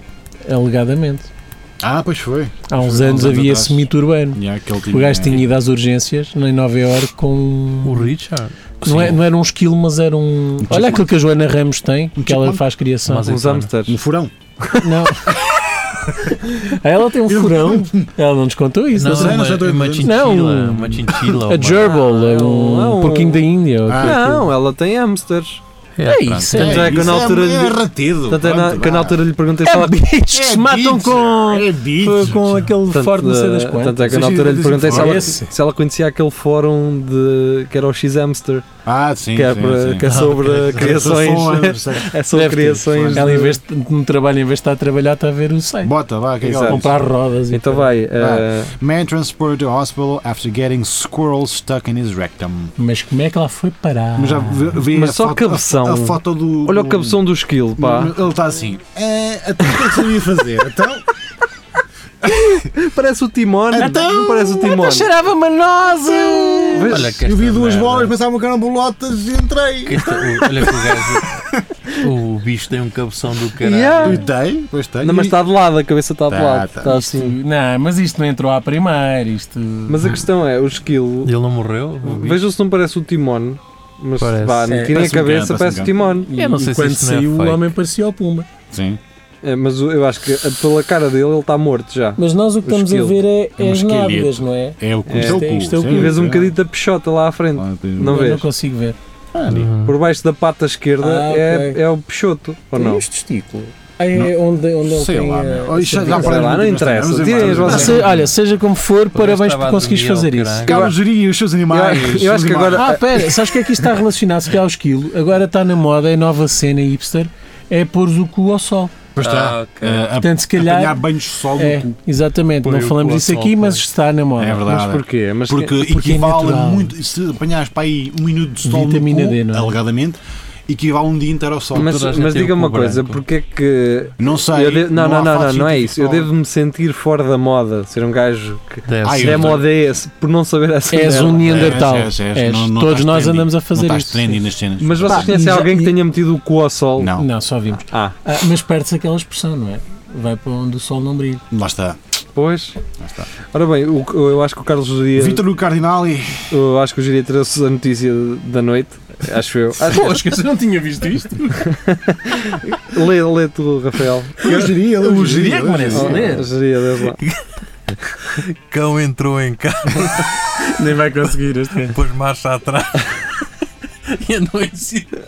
Speaker 2: alegadamente.
Speaker 4: Ah, pois foi.
Speaker 2: Há uns
Speaker 4: Há uns
Speaker 2: anos
Speaker 4: anos
Speaker 2: havia-se
Speaker 4: atrás.
Speaker 2: mito urbano.
Speaker 4: E há aquele tipo,
Speaker 2: O gajo
Speaker 4: né?
Speaker 3: é.
Speaker 2: tinha ido às urgências, em Nova Iorque,
Speaker 5: O
Speaker 2: com.
Speaker 5: Richard.
Speaker 2: Não, é- não era um esquilo, mas era um. Olha aquilo que a Joana Ramos tem, que ela
Speaker 4: chipmunk.
Speaker 2: faz criação.
Speaker 5: Mas-
Speaker 3: uns hamsters.
Speaker 4: No um furão.
Speaker 3: é-
Speaker 2: Não. ela tem um furão. Ela não nos contou isso.
Speaker 5: Não,
Speaker 2: Não,
Speaker 4: sei,
Speaker 5: é
Speaker 4: não sei, estou
Speaker 5: uma,
Speaker 4: a
Speaker 5: uma
Speaker 4: dizer.
Speaker 2: Não.
Speaker 5: chinchila. Uma chinchila.
Speaker 2: a
Speaker 5: uma-
Speaker 2: gerbil, é um,
Speaker 3: Ah, é um-
Speaker 2: porquinho da Índia. ou o que é aquilo?
Speaker 3: Não, ela tem hamsters.
Speaker 2: É
Speaker 5: pronto.
Speaker 2: isso, é.
Speaker 3: Tanto é que
Speaker 4: isso
Speaker 3: na altura
Speaker 4: é,
Speaker 3: lhe-
Speaker 4: é ratido.
Speaker 3: Portanto, é na,
Speaker 4: Pronto,
Speaker 3: que na
Speaker 4: vá.
Speaker 3: altura lhe perguntei se
Speaker 2: É
Speaker 3: ela.
Speaker 2: bichos que se matam
Speaker 4: bicho,
Speaker 2: com,
Speaker 4: É bicho.
Speaker 2: com aquele
Speaker 3: Tanto,
Speaker 2: forte, não sei das
Speaker 3: eh,
Speaker 2: quantas.
Speaker 3: tanto é que na altura lhe perguntei se ela,
Speaker 2: Esse.
Speaker 3: se ela conhecia aquele fórum de, que era o X-Hamster,
Speaker 4: Ah, sim.
Speaker 3: que, é
Speaker 4: sim,
Speaker 3: para-
Speaker 4: sim.
Speaker 3: que é sobre eh,
Speaker 4: um
Speaker 3: criações. É sobre
Speaker 2: Deve ter.
Speaker 3: criações.
Speaker 2: Ela,
Speaker 3: de-
Speaker 2: em vez de, no trabalho, em vez de estar a trabalhar, está a ver o site.
Speaker 4: Bota, vá, que é que
Speaker 3: Exato.
Speaker 4: ela
Speaker 2: Comprar rodas. e
Speaker 3: Então
Speaker 2: caralho.
Speaker 3: vai. eh,
Speaker 4: Man transported to hospital after getting squirrel stuck in his rectum.
Speaker 2: Mas como é que ela foi parar?
Speaker 4: Mas já vê, vê
Speaker 3: Mas
Speaker 4: a
Speaker 3: só
Speaker 4: foto,
Speaker 3: cabeção.
Speaker 4: A, a foto do.
Speaker 3: Olha o
Speaker 4: do-
Speaker 3: cabeção do esquilo, pá.
Speaker 4: Ele está assim. É, então, o que é que sabia fazer? Então,
Speaker 3: Parece o Timon.
Speaker 4: Então,
Speaker 3: parece o Timon.
Speaker 2: cheirava manose!
Speaker 5: Olha que
Speaker 4: eu vi
Speaker 5: esta
Speaker 4: duas
Speaker 5: merda.
Speaker 4: bolas, pensava que eram bolotas e entrei.
Speaker 5: Esta- o- Olha que o gajo. O bicho tem um cabeção do caralho.
Speaker 3: Yeah.
Speaker 4: E tem, pois tem.
Speaker 3: Não, mas tá- está de lado, a cabeça está de
Speaker 4: Tá,
Speaker 3: lado.
Speaker 4: tá.
Speaker 3: Está assim.
Speaker 2: Não, mas isto não entrou à primeira. Isto.
Speaker 3: Mas a questão é, o esquilo.
Speaker 5: Ele não morreu? O bicho?
Speaker 3: Vejam se não parece o Timon. Mas
Speaker 5: Parece.
Speaker 3: vá, não
Speaker 2: É,
Speaker 3: tirem a
Speaker 4: parece um
Speaker 3: cabeça,
Speaker 4: cão,
Speaker 3: parece
Speaker 4: parece
Speaker 3: o
Speaker 4: um
Speaker 3: Timon.
Speaker 2: E-
Speaker 5: Eu não sei
Speaker 2: e
Speaker 5: se
Speaker 2: quando
Speaker 5: isto não é
Speaker 2: saiu,
Speaker 5: fake.
Speaker 2: o homem parecia ao Puma.
Speaker 4: Sim.
Speaker 3: É, mas o- eu acho que a- pela cara dele ele está morto já.
Speaker 2: Mas nós o que
Speaker 3: O
Speaker 2: estamos
Speaker 3: esquilo.
Speaker 2: a ver é,
Speaker 4: É
Speaker 2: é
Speaker 4: um
Speaker 2: as
Speaker 4: esqueleto.
Speaker 2: nádegas, não é?
Speaker 4: É o cu.
Speaker 3: É,
Speaker 4: isto
Speaker 2: isto é- isto é o
Speaker 4: cu,
Speaker 2: cu.
Speaker 4: sim,
Speaker 3: E vês um
Speaker 4: sim.
Speaker 3: bocadinho da peixota lá à frente.
Speaker 4: Ah, tem-
Speaker 3: Não
Speaker 2: Eu
Speaker 3: vês?
Speaker 2: não consigo ver.
Speaker 4: Ah, ali.
Speaker 5: Hum.
Speaker 3: Por baixo da pata esquerda
Speaker 2: Ah,
Speaker 3: é,
Speaker 2: ok.
Speaker 3: é o peixoto, ou não?
Speaker 2: Os testículos. É onde, onde ele
Speaker 4: Sei
Speaker 2: tem é, eh,
Speaker 4: lá,
Speaker 2: a-
Speaker 4: meu. Oh, isto já- já
Speaker 2: a-
Speaker 3: Sei
Speaker 4: parece
Speaker 3: lá, não
Speaker 4: muito
Speaker 3: interessa.
Speaker 4: interessante.
Speaker 3: Tirem as
Speaker 5: um
Speaker 4: Vamos
Speaker 2: Ah,
Speaker 3: vossas-
Speaker 4: embora.
Speaker 2: se- Olha, seja como for, parabéns
Speaker 5: estava
Speaker 2: por
Speaker 5: a
Speaker 2: conseguires
Speaker 5: dormir,
Speaker 2: fazer
Speaker 5: oh,
Speaker 2: isso.
Speaker 5: caralho.
Speaker 4: Carlos Geria e os seus animais.
Speaker 3: Eu acho- eu
Speaker 4: os seus
Speaker 3: acho que
Speaker 4: animais.
Speaker 3: agora-
Speaker 2: Ah, pera, sabes o que é que isto está relacionado? Se calhar o esquilo, agora está na moda, é nova cena hipster, é pôr o cu ao sol.
Speaker 4: Pois está.
Speaker 6: Ah, ok.
Speaker 4: Ah,
Speaker 2: Portanto, se
Speaker 4: a, apanhar
Speaker 2: calhar.
Speaker 4: banhos de sol
Speaker 2: É,
Speaker 4: no cu.
Speaker 2: exatamente,
Speaker 5: Põe
Speaker 2: não
Speaker 5: o
Speaker 2: falamos
Speaker 5: cu ao
Speaker 2: disso
Speaker 5: sol,
Speaker 2: aqui, mas
Speaker 5: pois.
Speaker 2: está na moda.
Speaker 4: É verdade.
Speaker 3: Mas porquê? Mas
Speaker 4: Porque,
Speaker 2: porque é
Speaker 4: equivale
Speaker 2: natural.
Speaker 4: muito. Se apanhares para aí um minuto de sol
Speaker 2: Vitamina
Speaker 4: no cu,
Speaker 2: D, não é?
Speaker 4: alegadamente, equivale um dia inteiro ao sol.
Speaker 3: Mas,
Speaker 5: toda a gente
Speaker 3: mas
Speaker 5: tem o
Speaker 3: diga uma
Speaker 5: cu
Speaker 3: coisa,
Speaker 5: branco.
Speaker 3: porque é que.
Speaker 4: não sei.
Speaker 3: eu de- Não,
Speaker 4: há
Speaker 3: não, não,
Speaker 4: fato
Speaker 3: não, não é
Speaker 4: científico
Speaker 3: isso. Eu
Speaker 4: sobre.
Speaker 3: devo-me sentir fora da moda, ser um gajo que
Speaker 5: Deve
Speaker 4: Ah,
Speaker 5: ser.
Speaker 4: eu-
Speaker 3: é moda é esse, por não saber essa
Speaker 2: És
Speaker 3: merda.
Speaker 2: um Neandertal.
Speaker 4: És, és, és.
Speaker 2: És.
Speaker 4: é, Não- não
Speaker 2: Todos
Speaker 4: estás
Speaker 2: nós
Speaker 4: trendy.
Speaker 2: andamos a fazer
Speaker 4: não estás
Speaker 2: isso.
Speaker 4: trendy nas cenas.
Speaker 3: Mas vocês
Speaker 2: Pá,
Speaker 3: conhecem
Speaker 2: e já-
Speaker 3: alguém que
Speaker 2: e-
Speaker 3: tenha metido o cu ao sol?
Speaker 4: Não,
Speaker 2: Não, só vimos.
Speaker 3: Ah,
Speaker 2: Ah, mas perde-se aquela expressão, não é? Vai para onde o sol não brilha.
Speaker 4: lá está.
Speaker 3: pois.
Speaker 4: Lá está.
Speaker 3: Ora bem, o- eu acho que o Carlos Geria.
Speaker 4: Vítor do Cardinali.
Speaker 3: Eu acho que o Geria trouxe a notícia da noite. Acho eu. Acho,
Speaker 5: Pô, esqueci, eu não tinha visto isto.
Speaker 3: lê, lê tu, Rafael.
Speaker 4: Eu geria,
Speaker 5: eu geria, eu geria.
Speaker 3: Oh,
Speaker 5: lê.
Speaker 3: Geria, desde lá.
Speaker 5: Cão entrou em casa,
Speaker 2: Nem vai conseguir este gajo.
Speaker 5: pôs marcha atrás e andou em cima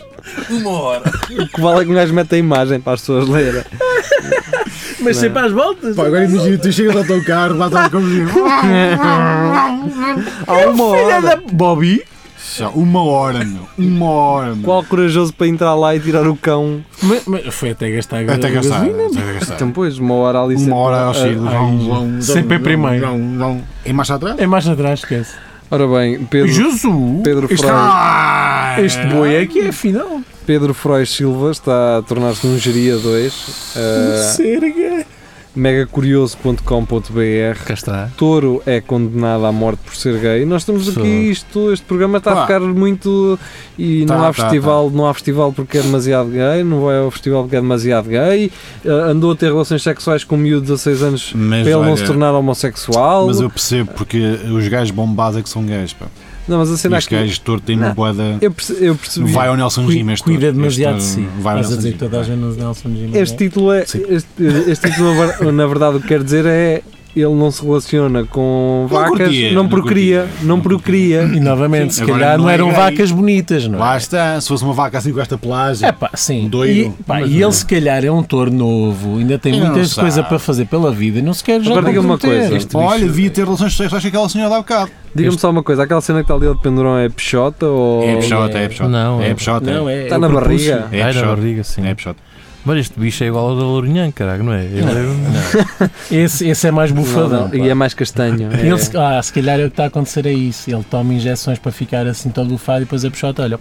Speaker 5: uma hora.
Speaker 3: O que vale é que um gajo mete a imagem para as pessoas lerem.
Speaker 2: Mas
Speaker 3: Não.
Speaker 2: sempre às voltas.
Speaker 4: agora imagina, tu chegas ao teu carro, lá assim, está o combustível.
Speaker 3: Há uma
Speaker 2: Filha da
Speaker 3: hora.
Speaker 2: Bobby.
Speaker 4: Já, Uma hora, meu. Uma hora, meu.
Speaker 3: Qual corajoso para entrar lá e tirar o cão?
Speaker 2: Mas, mas foi até gastar a
Speaker 4: Até gastar.
Speaker 2: gasolina.
Speaker 4: Até gastar.
Speaker 3: Então, pois, uma hora ali sempre-
Speaker 4: Tá. Uma hora aos
Speaker 3: Ah,
Speaker 4: filhos. vão, vão,
Speaker 2: Sempre é
Speaker 4: vão,
Speaker 2: primeiro.
Speaker 4: vão, vão. E mais atrás?
Speaker 2: É mais atrás, esquece.
Speaker 3: Ora bem, Pedro,
Speaker 2: Jesus!
Speaker 3: Pedro
Speaker 2: é
Speaker 3: Freire.
Speaker 4: Está!
Speaker 2: Este boi é que é final.
Speaker 3: Pedro Frois Silva está a tornar-se um geria 2.
Speaker 4: Ah.
Speaker 3: Uh,
Speaker 2: Serga!
Speaker 3: megacurioso.com.br
Speaker 5: Cá está.
Speaker 3: Touro é condenado à morte por ser gay. Nós estamos
Speaker 5: Sim.
Speaker 3: aqui, isto, este programa está a
Speaker 4: Pá.
Speaker 3: ficar muito e
Speaker 4: Tá,
Speaker 3: não há
Speaker 4: tá,
Speaker 3: festival, não há festival porque é demasiado gay, não vai ao festival porque é demasiado gay. Uh, andou a ter relações sexuais com um miúdo de 16 anos
Speaker 4: Mas,
Speaker 3: para ele não
Speaker 4: olha,
Speaker 3: se tornar homossexual.
Speaker 4: mas eu percebo porque os gajos bombados é que são gays, pá.
Speaker 3: Não, mas a cena é
Speaker 4: Este
Speaker 3: que
Speaker 4: gajo torto tem
Speaker 3: Não.
Speaker 4: uma boeda.
Speaker 3: eu perce- eu percebi.
Speaker 4: Vai ao Nelson
Speaker 2: Cuida,
Speaker 4: Gimas. torto.
Speaker 2: demasiado de
Speaker 4: Este,
Speaker 2: si.
Speaker 4: Vai
Speaker 2: Estás
Speaker 4: um ao
Speaker 2: a
Speaker 4: Nelson
Speaker 2: dizer que toda a
Speaker 4: Gimas.
Speaker 2: gente nos um Nelson Gimas.
Speaker 3: Este título é.
Speaker 4: Sim.
Speaker 3: Este, este título, na ver- na verdade, o que quer dizer é. Ele não se relaciona com
Speaker 4: Não
Speaker 3: vacas,
Speaker 4: curtia,
Speaker 3: não
Speaker 4: não
Speaker 3: procria,
Speaker 4: curtia.
Speaker 3: não procria.
Speaker 2: E novamente, se
Speaker 4: Sim, agora
Speaker 2: calhar
Speaker 4: não
Speaker 2: não
Speaker 4: é
Speaker 2: eram
Speaker 4: gay.
Speaker 2: vacas bonitas, não
Speaker 4: Lá
Speaker 2: é?
Speaker 4: está, se fosse uma vaca assim com esta pelagem.
Speaker 2: É pá, sim.
Speaker 4: Um Doido.
Speaker 2: E, pá,
Speaker 4: Mas
Speaker 2: e
Speaker 4: não.
Speaker 2: ele se calhar é um touro novo, ainda tem
Speaker 4: Ele não
Speaker 2: muita
Speaker 4: sabe.
Speaker 2: coisa para fazer pela vida e não se quer já
Speaker 3: Agora diga-me uma
Speaker 2: comprometer.
Speaker 3: coisa. Este
Speaker 4: Olha, devia ter relações sexuais com aquela senhora de há bocado.
Speaker 3: Diga-me só uma coisa: aquela cena que está ali de pendurão é peixota ou.
Speaker 4: É peixota, é peixota.
Speaker 5: Não,
Speaker 4: é
Speaker 5: é-
Speaker 4: peixota.
Speaker 2: Não,
Speaker 4: é.
Speaker 2: é.
Speaker 3: Está
Speaker 2: eu
Speaker 3: Tá na
Speaker 2: propus-
Speaker 3: barriga.
Speaker 4: É
Speaker 5: Ai, na
Speaker 4: puxado.
Speaker 5: barriga, sim.
Speaker 4: É peixota.
Speaker 5: Mas este bicho é igual ao da Lourinhã, caralho, não é? Ele é-
Speaker 2: Esse, esse é mais
Speaker 3: Não,
Speaker 2: bufadão.
Speaker 3: não,
Speaker 2: pá.
Speaker 3: E é mais castanho. é.
Speaker 2: Ele se- ah, se calhar é o que está a acontecer é isso. Ele toma injeções para ficar assim todo bufado e depois a peixota olha.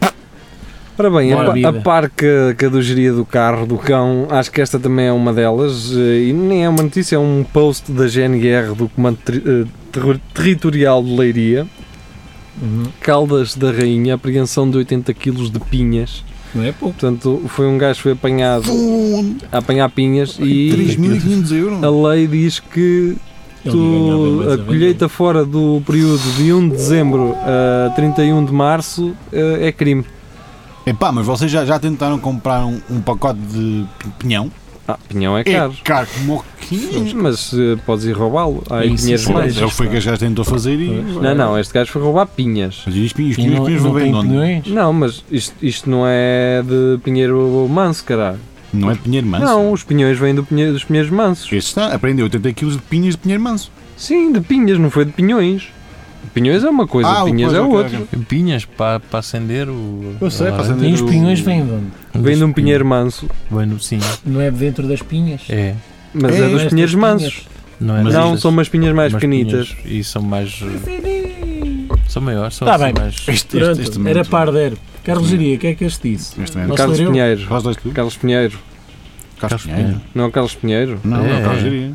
Speaker 3: Ora bem, a,
Speaker 2: Bora,
Speaker 3: pa- a
Speaker 2: vida.
Speaker 3: par que, que a do geria do carro, do cão, acho que esta também é uma delas, eh, e nem é uma notícia, é um post da GNR do Comando Tri- eh, Terri- Territorial de Leiria,
Speaker 2: Uhum.
Speaker 3: Caldas da Rainha, apreensão de 80 kg de pinhas.
Speaker 2: Não é pouco.
Speaker 3: Portanto, foi um gajo que foi apanhado
Speaker 4: Fum,
Speaker 3: a apanhar pinhas e
Speaker 4: 3.500 euros.
Speaker 3: a lei diz que tu, a
Speaker 2: é
Speaker 3: colheita fora do período de 1 de dezembro a 31 de março eh, é crime.
Speaker 4: Epá, É mas vocês já, já tentaram comprar um, um pacote de pi- pinhão?
Speaker 3: Ah, pinhão é
Speaker 4: É
Speaker 3: caro.
Speaker 4: caro como o quê?
Speaker 3: Mas eh, podes ir roubá-lo. Há aí
Speaker 2: Isso,
Speaker 3: dinheiros
Speaker 2: isso
Speaker 3: mais.
Speaker 4: É o que foi que as gajas tentou fazer e.
Speaker 3: Não, não, este gajo foi roubar pinhas.
Speaker 4: Mas e os pinhos, os
Speaker 2: E
Speaker 4: pinhos,
Speaker 2: não,
Speaker 4: os pinhos
Speaker 2: não
Speaker 4: vão
Speaker 2: tem
Speaker 4: bem de onde?
Speaker 2: pinhões?
Speaker 3: Não, mas isto, isto não é de pinheiro manso, caralho.
Speaker 4: Não é de Pinheiro Manso?
Speaker 3: Não, os pinhões vêm do pinhe- dos pinheiros mansos.
Speaker 4: Este está, aprendeu 80 kg de pinhas de Pinheiro Manso.
Speaker 3: Sim, de pinhas, não foi de pinhões. Pinhões é uma coisa,
Speaker 4: Ah,
Speaker 3: pinhas é
Speaker 4: pois, ok,
Speaker 3: outra.
Speaker 4: ok.
Speaker 5: um Pinhas para, para acender o.
Speaker 4: Eu
Speaker 3: Tá
Speaker 4: sei, para acender.
Speaker 2: E os
Speaker 4: Eu-
Speaker 2: pinhões vêm de onde?
Speaker 3: Vem de um pinheiro manso,
Speaker 5: Vem no sim.
Speaker 2: Não é dentro das pinhas?
Speaker 5: É.
Speaker 3: mas
Speaker 4: É,
Speaker 3: é, dos
Speaker 2: Estas
Speaker 3: pinheiros
Speaker 2: pinhas.
Speaker 3: mansos.
Speaker 5: Não é
Speaker 4: Mas
Speaker 3: não,
Speaker 5: destas.
Speaker 3: são umas pinhas mais
Speaker 5: Umas
Speaker 3: pequenitas.
Speaker 5: pinhas. E são mais. São maiores, são
Speaker 2: Tá
Speaker 5: assim
Speaker 2: bem.
Speaker 5: mais.
Speaker 4: Este,
Speaker 2: Pronto,
Speaker 4: este, este
Speaker 2: era
Speaker 4: momento.
Speaker 2: pardeiro. Carlos Geria, o que é que este disse?
Speaker 4: Este momento.
Speaker 2: Nossa,
Speaker 3: Carlos
Speaker 2: eu?
Speaker 3: Pinheiro.
Speaker 4: Faz dois tu?
Speaker 3: Carlos Pinheiro.
Speaker 4: Carlos
Speaker 5: Carlos
Speaker 4: Pinheiro.
Speaker 3: Não, Carlos Pinheiro.
Speaker 4: Não,
Speaker 5: É,
Speaker 4: é o Carlos
Speaker 5: é.
Speaker 4: Geria.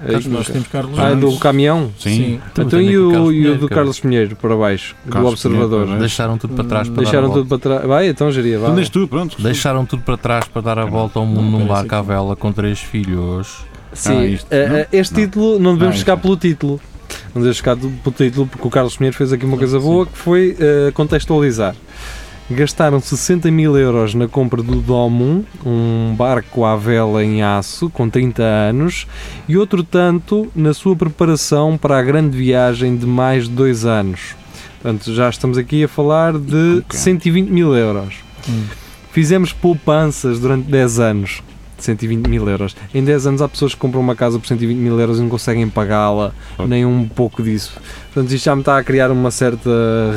Speaker 3: É
Speaker 2: Carlos,
Speaker 3: isso,
Speaker 2: nós
Speaker 3: não.
Speaker 2: temos Carlos
Speaker 3: Ah, é do
Speaker 2: Geria.
Speaker 3: caminhão?
Speaker 4: Sim.
Speaker 3: Então e o, e o do Carlos Pinheiro para baixo, do
Speaker 4: Carlos
Speaker 3: Observador?
Speaker 2: é?
Speaker 4: Pinheiro,
Speaker 5: Deixaram tudo para trás. Para
Speaker 3: Deixaram
Speaker 5: dar a
Speaker 3: tudo
Speaker 5: Tá volta.
Speaker 3: para trás. Vai, então geria,
Speaker 4: Então
Speaker 3: vai.
Speaker 4: deixa tu, pronto.
Speaker 5: Deixaram tudo para trás para dar a volta ao mundo num barco à vela com três filhos.
Speaker 3: Sim,
Speaker 4: Ah, isto-
Speaker 3: eh,
Speaker 4: não?
Speaker 3: eh, este
Speaker 4: Não.
Speaker 3: título não devemos
Speaker 4: Ah,
Speaker 3: chegar
Speaker 4: isto é.
Speaker 3: pelo título. Não devemos chegar do- pelo título porque o Carlos Pinheiro fez aqui
Speaker 4: Ah,
Speaker 3: uma coisa boa que foi eh, contextualizar. Gastaram 60 mil euros na compra do Domun, um barco à vela em aço com 30 anos, e outro tanto na sua preparação para a grande viagem de mais de dois anos. Portanto, já estamos aqui a falar de
Speaker 4: Ok.
Speaker 3: 120 mil euros.
Speaker 2: Hum.
Speaker 3: Fizemos poupanças durante 10 anos de 120 mil euros. Em 10 anos há pessoas que compram uma casa por 120 mil euros e não conseguem pagá-la, nem um pouco disso. Portanto, isto já me está a criar uma certa,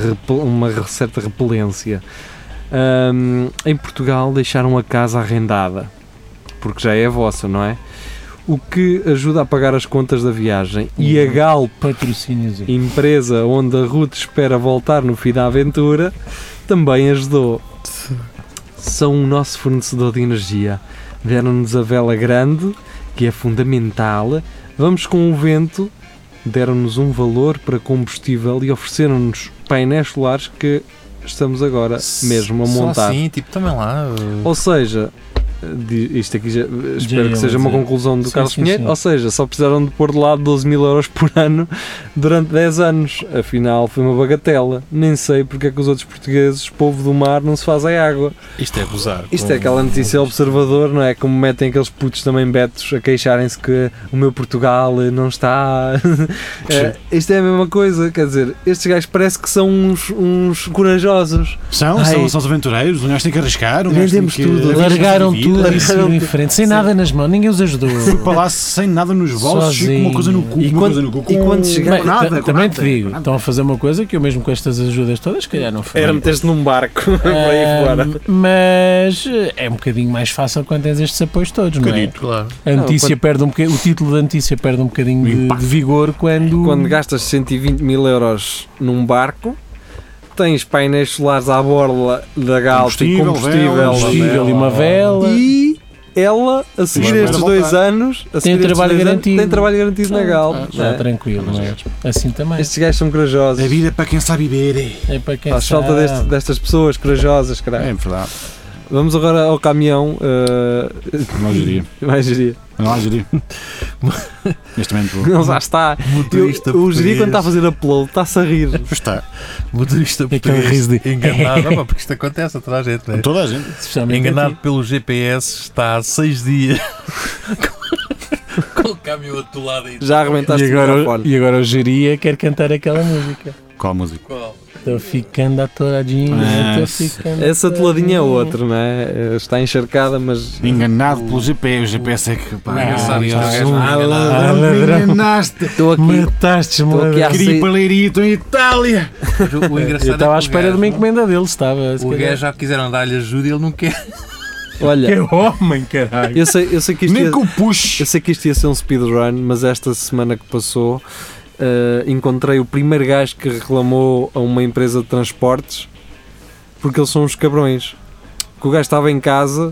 Speaker 3: repel- uma re- certa repelência. Ahm, em Portugal deixaram a casa arrendada. porque já é vossa, não é? O que ajuda a pagar as contas da viagem. E a Galp
Speaker 2: Patrocínios. aí.
Speaker 3: empresa onde a Ruth espera voltar no fim da aventura, também ajudou. São o nosso fornecedor de energia. Deram-nos a vela grande, que é fundamental. Vamos com o vento. Deram-nos um valor para combustível e ofereceram-nos painéis solares que estamos agora mesmo a
Speaker 5: Só
Speaker 3: montar.
Speaker 5: assim, tipo, também lá. uh,
Speaker 3: Ou seja, di- isto aqui já- espero
Speaker 2: ia
Speaker 3: que seja uma
Speaker 2: dizer.
Speaker 3: conclusão do
Speaker 2: Sim,
Speaker 3: Carlos
Speaker 2: sim,
Speaker 3: Pinheiro.
Speaker 2: sim.
Speaker 3: Ou seja, só precisaram de pôr de lado 12 mil euros por ano durante 10 anos. Afinal, foi uma bagatela. Nem sei porque é que os outros portugueses, povo do mar, não se fazem água.
Speaker 5: Isto é abusar.
Speaker 3: Isto
Speaker 5: com-
Speaker 3: é aquela notícia observador, não é? Como metem aqueles putos também betos a queixarem-se que o meu Portugal eh, não está. Eh, isto é a mesma coisa, quer dizer, estes gajos parece que são uns, uns corajosos.
Speaker 4: São,
Speaker 3: Ai.
Speaker 4: são, são os aventureiros, um gajo tem que arriscar, um gajo tem
Speaker 3: Vendemos
Speaker 4: que...
Speaker 3: tudo,
Speaker 4: arriscar
Speaker 2: Largaram
Speaker 4: a vida.
Speaker 2: tudo e
Speaker 3: Largaram
Speaker 2: seguiram em
Speaker 3: tudo.
Speaker 2: frente, sem
Speaker 3: Sim.
Speaker 2: nada nas mãos, ninguém os ajudou.
Speaker 4: Fui para lá sem nada nos bolsos, e com uma coisa no cu,
Speaker 3: E
Speaker 4: com uma
Speaker 3: quando-
Speaker 4: coisa no cu,
Speaker 3: e
Speaker 2: Eh,
Speaker 4: com-
Speaker 3: quando chegar-
Speaker 4: com
Speaker 2: Bem,
Speaker 4: nada,
Speaker 2: ta-
Speaker 4: com
Speaker 2: também te
Speaker 4: nada,
Speaker 2: digo, então
Speaker 4: com nada.
Speaker 2: estão a fazer uma coisa que eu mesmo com estas ajudas todas, se calhar não foi.
Speaker 3: Era meter-se num barco para aí fora.
Speaker 2: Ahm, Mas eh, é um bocadinho mais fácil quando tens estes apoios todos,
Speaker 5: um
Speaker 2: não é?
Speaker 5: Claro.
Speaker 2: A notícia
Speaker 3: Não,
Speaker 2: perde um bocadinho, o título da notícia perde um bocadinho
Speaker 4: O
Speaker 2: de,
Speaker 4: impacto.
Speaker 2: de vigor quando.
Speaker 3: Quando gastas 120 mil euros num barco, tens painéis solares à borla da Galp e
Speaker 4: Combustível,
Speaker 3: combustível, é?
Speaker 4: velas,
Speaker 2: combustível e uma vela.
Speaker 3: E ela, a seguir
Speaker 4: Mas vai
Speaker 3: estes
Speaker 4: voltar.
Speaker 3: dois anos, a seguir estes
Speaker 2: um trabalho
Speaker 3: dois anos,
Speaker 2: garantido. Ah,
Speaker 3: tem trabalho garantido na Galp. não
Speaker 2: Já
Speaker 3: é?
Speaker 2: tranquilo, não é? Assim também.
Speaker 3: Estes gajos são corajosos.
Speaker 4: A vida é para quem sabe beber.
Speaker 2: É para quem
Speaker 3: Faz falta
Speaker 2: sabe.
Speaker 3: deste- destas pessoas corajosas, caralho.
Speaker 4: É verdade,
Speaker 3: Vamos agora ao caminhão. eh,
Speaker 4: É não há geria.
Speaker 3: mais geria.
Speaker 4: Não há geria. Neste momento vou.
Speaker 3: Não, já está.
Speaker 5: Motorista
Speaker 3: Eu, o geria, quando está a
Speaker 5: português.
Speaker 3: fazer upload, está-se a rir.
Speaker 4: Está,
Speaker 5: Motorista
Speaker 2: É Aquele
Speaker 5: português
Speaker 2: riso de- Então,
Speaker 5: enganado. Ah, pá, porque isto acontece a toda a gente, não é?
Speaker 4: toda a gente.
Speaker 2: Especialmente
Speaker 5: Enganado
Speaker 2: a ti.
Speaker 5: pelo GPS, está há seis dias com o caminhão atolado aí.
Speaker 3: Já arrebentaste
Speaker 2: E
Speaker 3: o
Speaker 2: agora,
Speaker 3: microfone.
Speaker 2: e agora o Geria quer cantar aquela música.
Speaker 4: Qual a música?
Speaker 5: Qual?
Speaker 2: Estou ficando atoradinho.
Speaker 4: Ah,
Speaker 2: estou
Speaker 4: sim.
Speaker 2: ficando
Speaker 3: Essa toladinha é
Speaker 2: atoradinho.
Speaker 3: outra, não é? Eh, Está encharcada, mas
Speaker 4: Enganado pelo GPS. O GPS é que. Pá,
Speaker 2: Ah,
Speaker 5: Engraçado, isto é um
Speaker 4: aliás,
Speaker 5: gajo
Speaker 4: um-
Speaker 5: enganado.
Speaker 2: Ah, ladrão.
Speaker 4: Me enganaste.
Speaker 3: estou aqui.
Speaker 2: Mataste-me,
Speaker 3: Estou aqui
Speaker 2: ladrão.
Speaker 3: a-
Speaker 4: Queria ir para Leirito em Itália.
Speaker 5: Mas o- o engraçado
Speaker 2: Eu
Speaker 5: é
Speaker 2: estava
Speaker 5: que
Speaker 2: à
Speaker 5: o
Speaker 2: espera de
Speaker 5: gajo-
Speaker 2: uma encomenda dele, estava. se
Speaker 5: O
Speaker 2: calhar.
Speaker 5: gajo já quiseram dar-lhe ajuda e ele não quer.
Speaker 3: Olha,
Speaker 2: Que homem, caralho.
Speaker 3: eu sei, eu, sei que isto
Speaker 4: Nem
Speaker 3: ia,
Speaker 4: que o puxe.
Speaker 3: eu sei que isto ia ser um speedrun, mas esta semana que passou eh, encontrei o primeiro gajo que reclamou a uma empresa de transportes porque eles são uns cabrões. Que o gajo estava em casa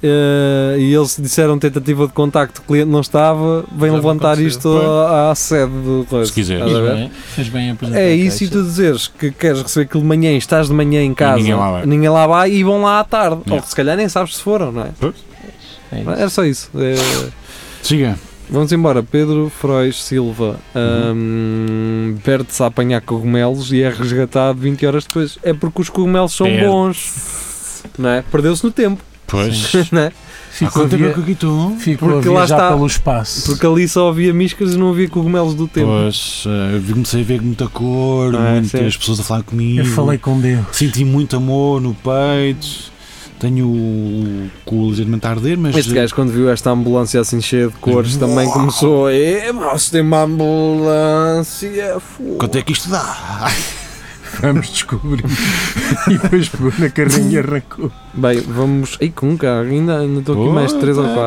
Speaker 3: eh, e eles disseram tentativa de contacto, o cliente não estava, vem
Speaker 5: Já
Speaker 3: levantar
Speaker 5: aconteceu.
Speaker 3: isto à, à sede do coisa.
Speaker 4: quiseres.
Speaker 3: Estás a
Speaker 2: Fez
Speaker 3: ver?
Speaker 2: bem, fez bem a apresentar
Speaker 3: É
Speaker 2: a
Speaker 3: isso, e
Speaker 2: caixa.
Speaker 3: tu dizeres que queres receber aquilo de manhã e estás de manhã em casa,
Speaker 4: ninguém lá vai.
Speaker 3: ninguém lá vai e vão lá à tarde. Ou
Speaker 4: Yeah.
Speaker 3: se calhar nem sabes se foram, não é?
Speaker 2: É isso.
Speaker 3: Era só isso. É,
Speaker 4: Siga.
Speaker 3: Vamos embora. Pedro Frois Silva hum, perde-se a apanhar cogumelos e é resgatado 20 horas depois. É porque os cogumelos são
Speaker 4: Perde.
Speaker 3: bons. Não é? Perdeu-se no tempo.
Speaker 4: Pois.
Speaker 3: Não é?
Speaker 4: Há
Speaker 2: Ficou a
Speaker 4: quanto tempo é
Speaker 2: via-
Speaker 4: que aqui tu?
Speaker 2: ficou a
Speaker 3: Porque lá
Speaker 2: viajar
Speaker 3: está-
Speaker 2: pelo espaço.
Speaker 3: Porque ali só havia miscas e não havia cogumelos do tempo.
Speaker 4: Pois, eh, eu comecei a ver muita cor,
Speaker 3: Ah, sim.
Speaker 4: muitas pessoas a falar comigo.
Speaker 2: Eu falei com Deus.
Speaker 4: Senti muito amor no peito. Tenho o cu ligeiramente a arder, mas.
Speaker 3: Este gajo, quando viu esta ambulância assim cheia de cores, também começou. É, moço, tem uma ambulância. fogo."
Speaker 4: Quanto é que isto dá?
Speaker 2: Vamos descobrir. e depois pegou na carrinha e arrancou.
Speaker 3: Bem, vamos. Ei, Cunca, ainda ainda estou aqui mais 3 ou 4.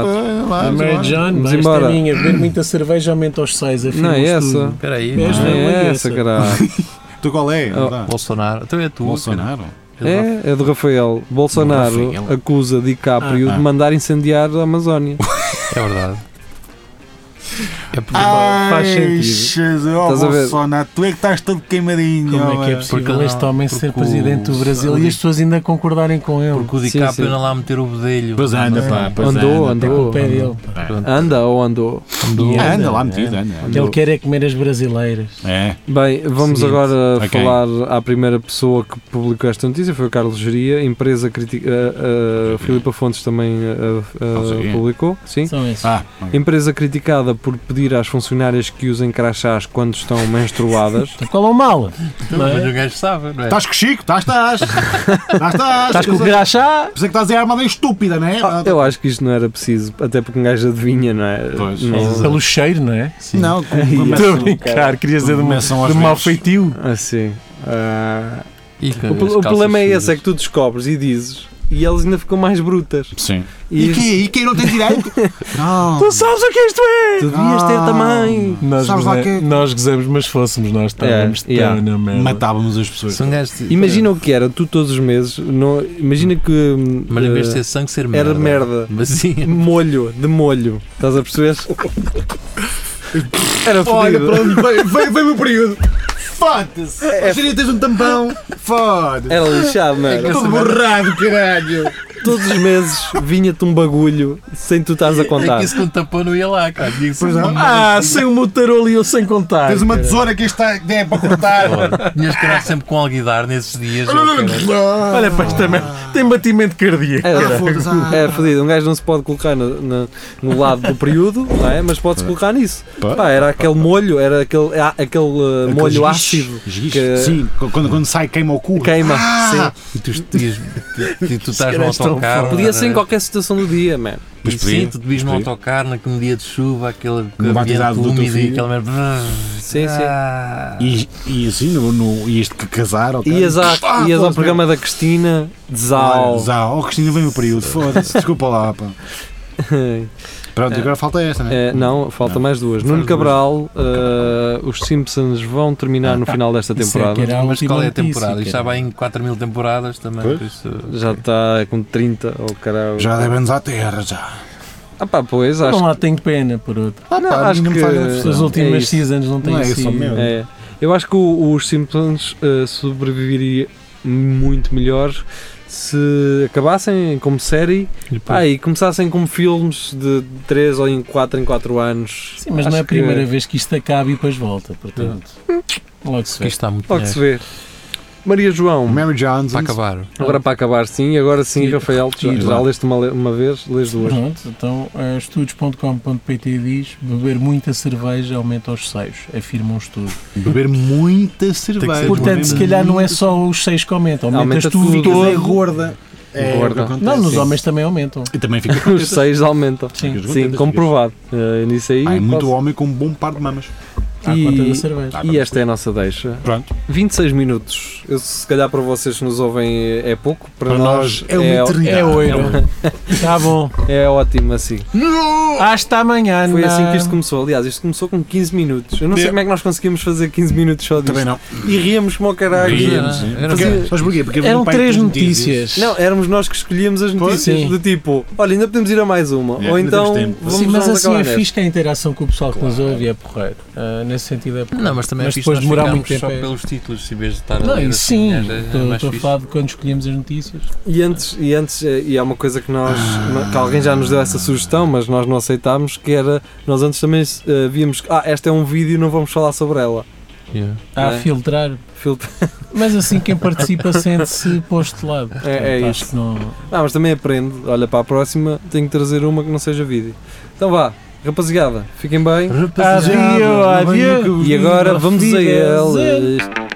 Speaker 4: Ah,
Speaker 2: A Mary John,
Speaker 3: Vamos
Speaker 2: mas esta
Speaker 3: embora.
Speaker 2: é minha. Beber muita cerveja aumenta os seis.
Speaker 3: Não é essa.
Speaker 5: Espera aí.
Speaker 2: Mas
Speaker 5: não
Speaker 3: Não
Speaker 5: é?
Speaker 2: uma
Speaker 3: é
Speaker 2: guessa.
Speaker 3: essa, caralho.
Speaker 4: Tu qual é?
Speaker 3: Oh.
Speaker 4: Dá.
Speaker 5: Bolsonaro. Então é tu.
Speaker 4: Bolsonaro?
Speaker 5: cara. Ele
Speaker 3: É, é do Rafael. Bolsonaro
Speaker 4: Rafael.
Speaker 3: acusa DiCaprio
Speaker 4: Ah.
Speaker 3: de mandar incendiar a Amazónia.
Speaker 5: É verdade. É porque,
Speaker 3: oh, faz sentido.
Speaker 4: Jesus, oh,
Speaker 3: Estás a ver?
Speaker 4: Bolsonaro, tu é que estás todo queimadinho.
Speaker 2: Como é que é
Speaker 4: oh,
Speaker 5: Porque
Speaker 2: possível
Speaker 5: não-
Speaker 2: este homem ser
Speaker 5: porque o-
Speaker 2: presidente do Brasil e as pessoas ainda concordarem com ele?
Speaker 5: porque o
Speaker 3: Sim,
Speaker 5: DiCaprio
Speaker 3: sim.
Speaker 5: anda lá a meter o bedelho.
Speaker 4: Pois é. anda,
Speaker 5: Não,
Speaker 4: pá,
Speaker 5: não.
Speaker 4: pois
Speaker 3: Andou,
Speaker 4: anda, pá.
Speaker 3: andou.
Speaker 2: Culpa é dele, pá.
Speaker 3: Anda ou andou?
Speaker 5: Andou.
Speaker 2: E
Speaker 4: Ah,
Speaker 2: anda,
Speaker 4: anda lá
Speaker 5: é.
Speaker 4: metido, anda.
Speaker 2: O que ele quer é comer as brasileiras.
Speaker 4: É.
Speaker 3: Bem, vamos
Speaker 5: Seguinte.
Speaker 3: agora
Speaker 4: Ok.
Speaker 3: falar à primeira pessoa que publicou esta notícia, foi o Carlos Geria, a empresa eh, critica. A, a Filipa Fontes também ah, ah,
Speaker 4: Carlos Geria.
Speaker 3: publicou, sim.
Speaker 2: São esses.
Speaker 4: Ah, ok.
Speaker 3: Empresa criticada por pedir às funcionárias que usem crachás quando estão menstruadas.
Speaker 2: Então Qual é o mal?
Speaker 5: Então,
Speaker 2: Não é?
Speaker 5: Mas o gajo sabe, não é?
Speaker 3: Tá.
Speaker 4: Estás com Chico, estás, estás. Estás, estás.
Speaker 2: Estás com o
Speaker 4: Pensei-
Speaker 2: crachá?
Speaker 4: Pensei que estás em armada estúpida, não é?
Speaker 3: Ah, eu acho que isto não era preciso, até porque um gajo adivinha, não é?
Speaker 4: Pois.
Speaker 3: não.
Speaker 2: Pelo cheiro, não é?
Speaker 4: Não, com-
Speaker 2: Estou a
Speaker 4: começam-
Speaker 2: brincar, queria dizer de, uma,
Speaker 4: começam aos
Speaker 2: de mau
Speaker 4: berros.
Speaker 2: feitio.
Speaker 3: Assim. ah,
Speaker 5: E com
Speaker 3: o,
Speaker 5: as
Speaker 3: pro- o
Speaker 5: calças
Speaker 3: problema é
Speaker 5: sujas.
Speaker 3: esse, é que tu descobres e dizes E elas ainda ficam mais brutas.
Speaker 4: Sim.
Speaker 3: E,
Speaker 4: E quem? E quem não tem direito? Não.
Speaker 2: Tu sabes o que isto é?
Speaker 3: tu devias ter
Speaker 4: Ah.
Speaker 3: também.
Speaker 2: Nós,
Speaker 4: Sabes lá
Speaker 2: goza-
Speaker 4: que-
Speaker 2: nós gozamos, mas fôssemos nós estávamos
Speaker 3: É, yeah.
Speaker 2: tão na merda.
Speaker 4: Matávamos as pessoas.
Speaker 5: São gajos de-
Speaker 3: Imagina o que era, tu todos os meses. Não, imagina que. hum,
Speaker 5: Mas em vez de
Speaker 3: eh,
Speaker 5: ser sangue, ser merda.
Speaker 3: era merda.
Speaker 5: Mas sim.
Speaker 3: Molho, de molho. Estás a perceber? Era
Speaker 4: Olha,
Speaker 3: fodido.
Speaker 4: pronto, veio- veio veio o meu período. Foda-se! Hoje tens um tampão. Foda-se!
Speaker 3: Era lixado, mano.
Speaker 4: Todo borrado, caralho!
Speaker 3: Todos os meses vinha-te um bagulho sem tu estás a
Speaker 5: É
Speaker 3: contar.
Speaker 5: que isso com tapão não ia lá, cara. Tinha que ser
Speaker 4: Pois não.
Speaker 5: uma merda.
Speaker 2: Ah, sem o Mutaroli eu sem contar.
Speaker 4: Tens uma tesoura que esta é para cortar.
Speaker 5: Porra, Tinhas que andar sempre com alguidar nesses dias. ou caralho.
Speaker 2: Olha para esta merda. Tem batimento cardíaco.
Speaker 3: Era,
Speaker 4: Ah, foda-se, ah.
Speaker 3: é fodido. Um gajo não se pode colocar no, no- no lado do período, não é? mas pode-se colocar nisso.
Speaker 4: Pá.
Speaker 3: Pá, era aquele molho, era aquele, a- aquele uh,
Speaker 4: Aqueles
Speaker 3: molho
Speaker 4: guis-
Speaker 3: ácido
Speaker 4: guis-
Speaker 3: que-
Speaker 4: Sim, qu- quando, quando sai queima o cu.
Speaker 3: queima.
Speaker 4: Ah!
Speaker 5: E tu, devias- e tu estás no
Speaker 2: calhar estão
Speaker 5: autocarro.
Speaker 3: Podia ser em
Speaker 5: era-
Speaker 3: qualquer situação do dia, man.
Speaker 4: Pois
Speaker 5: E
Speaker 4: podia,
Speaker 5: sim, tu devias no
Speaker 4: podia.
Speaker 5: autocarro, naquele dia de chuva, aquele
Speaker 4: No batizado do
Speaker 5: ambiente
Speaker 4: teu
Speaker 5: úmido e
Speaker 4: filho.
Speaker 5: aquela merda.
Speaker 3: Sim, sim.
Speaker 5: Ah.
Speaker 4: E, e assim, no, no, ias que casar. ok?
Speaker 3: Ias, à,
Speaker 4: Ah,
Speaker 3: ias ao
Speaker 4: foda-se,
Speaker 3: programa da Cristina, de
Speaker 4: meu.
Speaker 3: Zal.
Speaker 4: Zau. Oh, Cristina, vem o período. Foda-se, desculpa lá, pá. Pronto, agora falta esta, né?
Speaker 3: É, não, falta
Speaker 4: Não.
Speaker 3: mais duas.
Speaker 4: Faz
Speaker 3: Nuno
Speaker 4: duas.
Speaker 3: Cabral, eh, os Simpsons vão terminar no final desta
Speaker 2: Isso é
Speaker 3: temporada.
Speaker 2: que era a
Speaker 5: Mas
Speaker 2: última
Speaker 5: qual é a
Speaker 2: notícia,
Speaker 5: temporada? Isto já
Speaker 2: cara.
Speaker 5: vai em 4 mil temporadas também.
Speaker 4: Pois.
Speaker 5: por isso- eh,
Speaker 3: Já está com 30 ou caralho.
Speaker 4: Já devemos à terra, já.
Speaker 3: Ah pá, pois, acho
Speaker 2: Não lá um tenho pena por outro.
Speaker 4: Ah,
Speaker 3: Não,
Speaker 4: pá,
Speaker 3: acho
Speaker 4: não me
Speaker 3: que-
Speaker 4: faz grande
Speaker 3: Não,
Speaker 2: As
Speaker 4: impressão.
Speaker 2: últimas
Speaker 3: é isso.
Speaker 2: seasons não têm assim-
Speaker 4: Não é isso,
Speaker 2: sido.
Speaker 4: só mesmo.
Speaker 3: É. Eu acho que o- os Simpsons eh, sobreviveria muito melhor se acabassem como série pá, e começassem como filmes de 3 ou em 4 em 4 anos.
Speaker 2: Sim, mas
Speaker 3: Acho
Speaker 2: não é a
Speaker 3: que-
Speaker 2: primeira vez que isto acaba e depois volta, portanto. Logo se vê.
Speaker 5: Porque isto é está muito
Speaker 3: Logo se
Speaker 5: dinheiro.
Speaker 3: vê. Maria João,
Speaker 4: Mary Jones.
Speaker 5: Para acabar.
Speaker 3: agora para acabar sim, agora sim,
Speaker 2: Tira-
Speaker 3: Rafael, tu já,
Speaker 2: tira.
Speaker 3: já leste uma, le- uma vez, lês duas.
Speaker 2: Pronto, então eh, estudos.com.pt diz beber muita cerveja aumenta os seios, afirma um estudo.
Speaker 4: Beber muita cerveja.
Speaker 5: ser
Speaker 2: Portanto,
Speaker 5: bom,
Speaker 2: se
Speaker 5: né?
Speaker 2: calhar não é só os seios que aumentam, aumentas
Speaker 3: Aumenta
Speaker 2: tudo.
Speaker 3: tudo.
Speaker 2: todo.
Speaker 4: é gorda. É o que
Speaker 3: Gorda.
Speaker 4: acontece.
Speaker 2: Não, nos
Speaker 4: Sim.
Speaker 2: homens também aumentam.
Speaker 4: E também fica com
Speaker 3: Os 6 aumentam.
Speaker 2: Sim. Ah, é
Speaker 4: Sim.
Speaker 3: Sim, comprovado. Eh, nisso aí.
Speaker 4: Há muito
Speaker 3: posso-
Speaker 4: homem com um bom par de mamas.
Speaker 2: À
Speaker 3: E-
Speaker 2: conta da cerveja.
Speaker 4: Ah,
Speaker 3: E esta é a nossa deixa.
Speaker 4: Pronto.
Speaker 3: 26 minutos. Eu, se calhar para vocês que nos ouvem é pouco, para,
Speaker 4: Para
Speaker 3: nós,
Speaker 4: nós é um- uma eternidade.
Speaker 2: É oiro. Tá bom.
Speaker 3: é ótimo assim.
Speaker 2: Hasta amanhã.
Speaker 3: Foi assim
Speaker 2: na-
Speaker 3: que isto começou. Aliás, isto começou com 15 minutos. Eu não sei
Speaker 4: Yeah.
Speaker 3: como é que nós conseguimos fazer 15 minutos só disto.
Speaker 4: Também não.
Speaker 2: é,
Speaker 3: E ríamos como ao caralho.
Speaker 5: Ríamos.
Speaker 4: Sim.
Speaker 5: Era-
Speaker 4: Porque- Sabes porquê? Porque havia
Speaker 2: Eram
Speaker 4: um pai
Speaker 2: três
Speaker 4: de
Speaker 2: notícias.
Speaker 3: Não, é, éramos nós que escolhíamos as
Speaker 4: Pois.
Speaker 3: notícias
Speaker 2: Sim.
Speaker 3: do tipo, olha, ainda podemos ir a mais uma.
Speaker 4: Yeah,
Speaker 3: Ou
Speaker 4: ainda
Speaker 3: então
Speaker 4: temos tempo.
Speaker 3: vamos
Speaker 2: Sim, mas
Speaker 3: vamos
Speaker 2: assim
Speaker 3: acabar
Speaker 2: é
Speaker 3: nesta.
Speaker 2: fixe que a interação com o pessoal que nos ouve é porreiro. Ah, nesse sentido é porreiro.
Speaker 5: Não, mas também
Speaker 2: Mas
Speaker 5: é fixe
Speaker 2: depois
Speaker 5: nós
Speaker 2: demorar
Speaker 5: ficarmos
Speaker 2: muito tempo
Speaker 5: só
Speaker 2: é-
Speaker 5: pelos títulos, em vez de estar a
Speaker 2: Não,
Speaker 5: ler
Speaker 2: e
Speaker 5: assim,
Speaker 2: sim,
Speaker 5: é- é
Speaker 2: estou
Speaker 5: mais
Speaker 2: estou a
Speaker 5: fixe.
Speaker 2: falar de quando escolhemos as notícias.
Speaker 3: E antes, e antes, eh, e há uma coisa que nós, que alguém já nos deu essa sugestão, mas nós não aceitámos, que era, nós antes também eh, víamos que, ah, esta é um vídeo, não vamos falar sobre ela.
Speaker 5: Yeah.
Speaker 2: Há
Speaker 3: É.
Speaker 2: a filtrar.
Speaker 3: Filtra.
Speaker 2: Mas assim quem participa sente-se posto de lado. Portanto,
Speaker 3: é
Speaker 2: acho
Speaker 3: isso.
Speaker 2: que não.
Speaker 3: Ah, mas também aprende, olha, para a próxima tenho que trazer uma que não seja vídeo. Então vá, rapaziada, fiquem bem,
Speaker 5: Rapaziada,
Speaker 2: Adio, adio.
Speaker 3: e agora vamos a
Speaker 2: Fica
Speaker 3: elas.
Speaker 2: zen.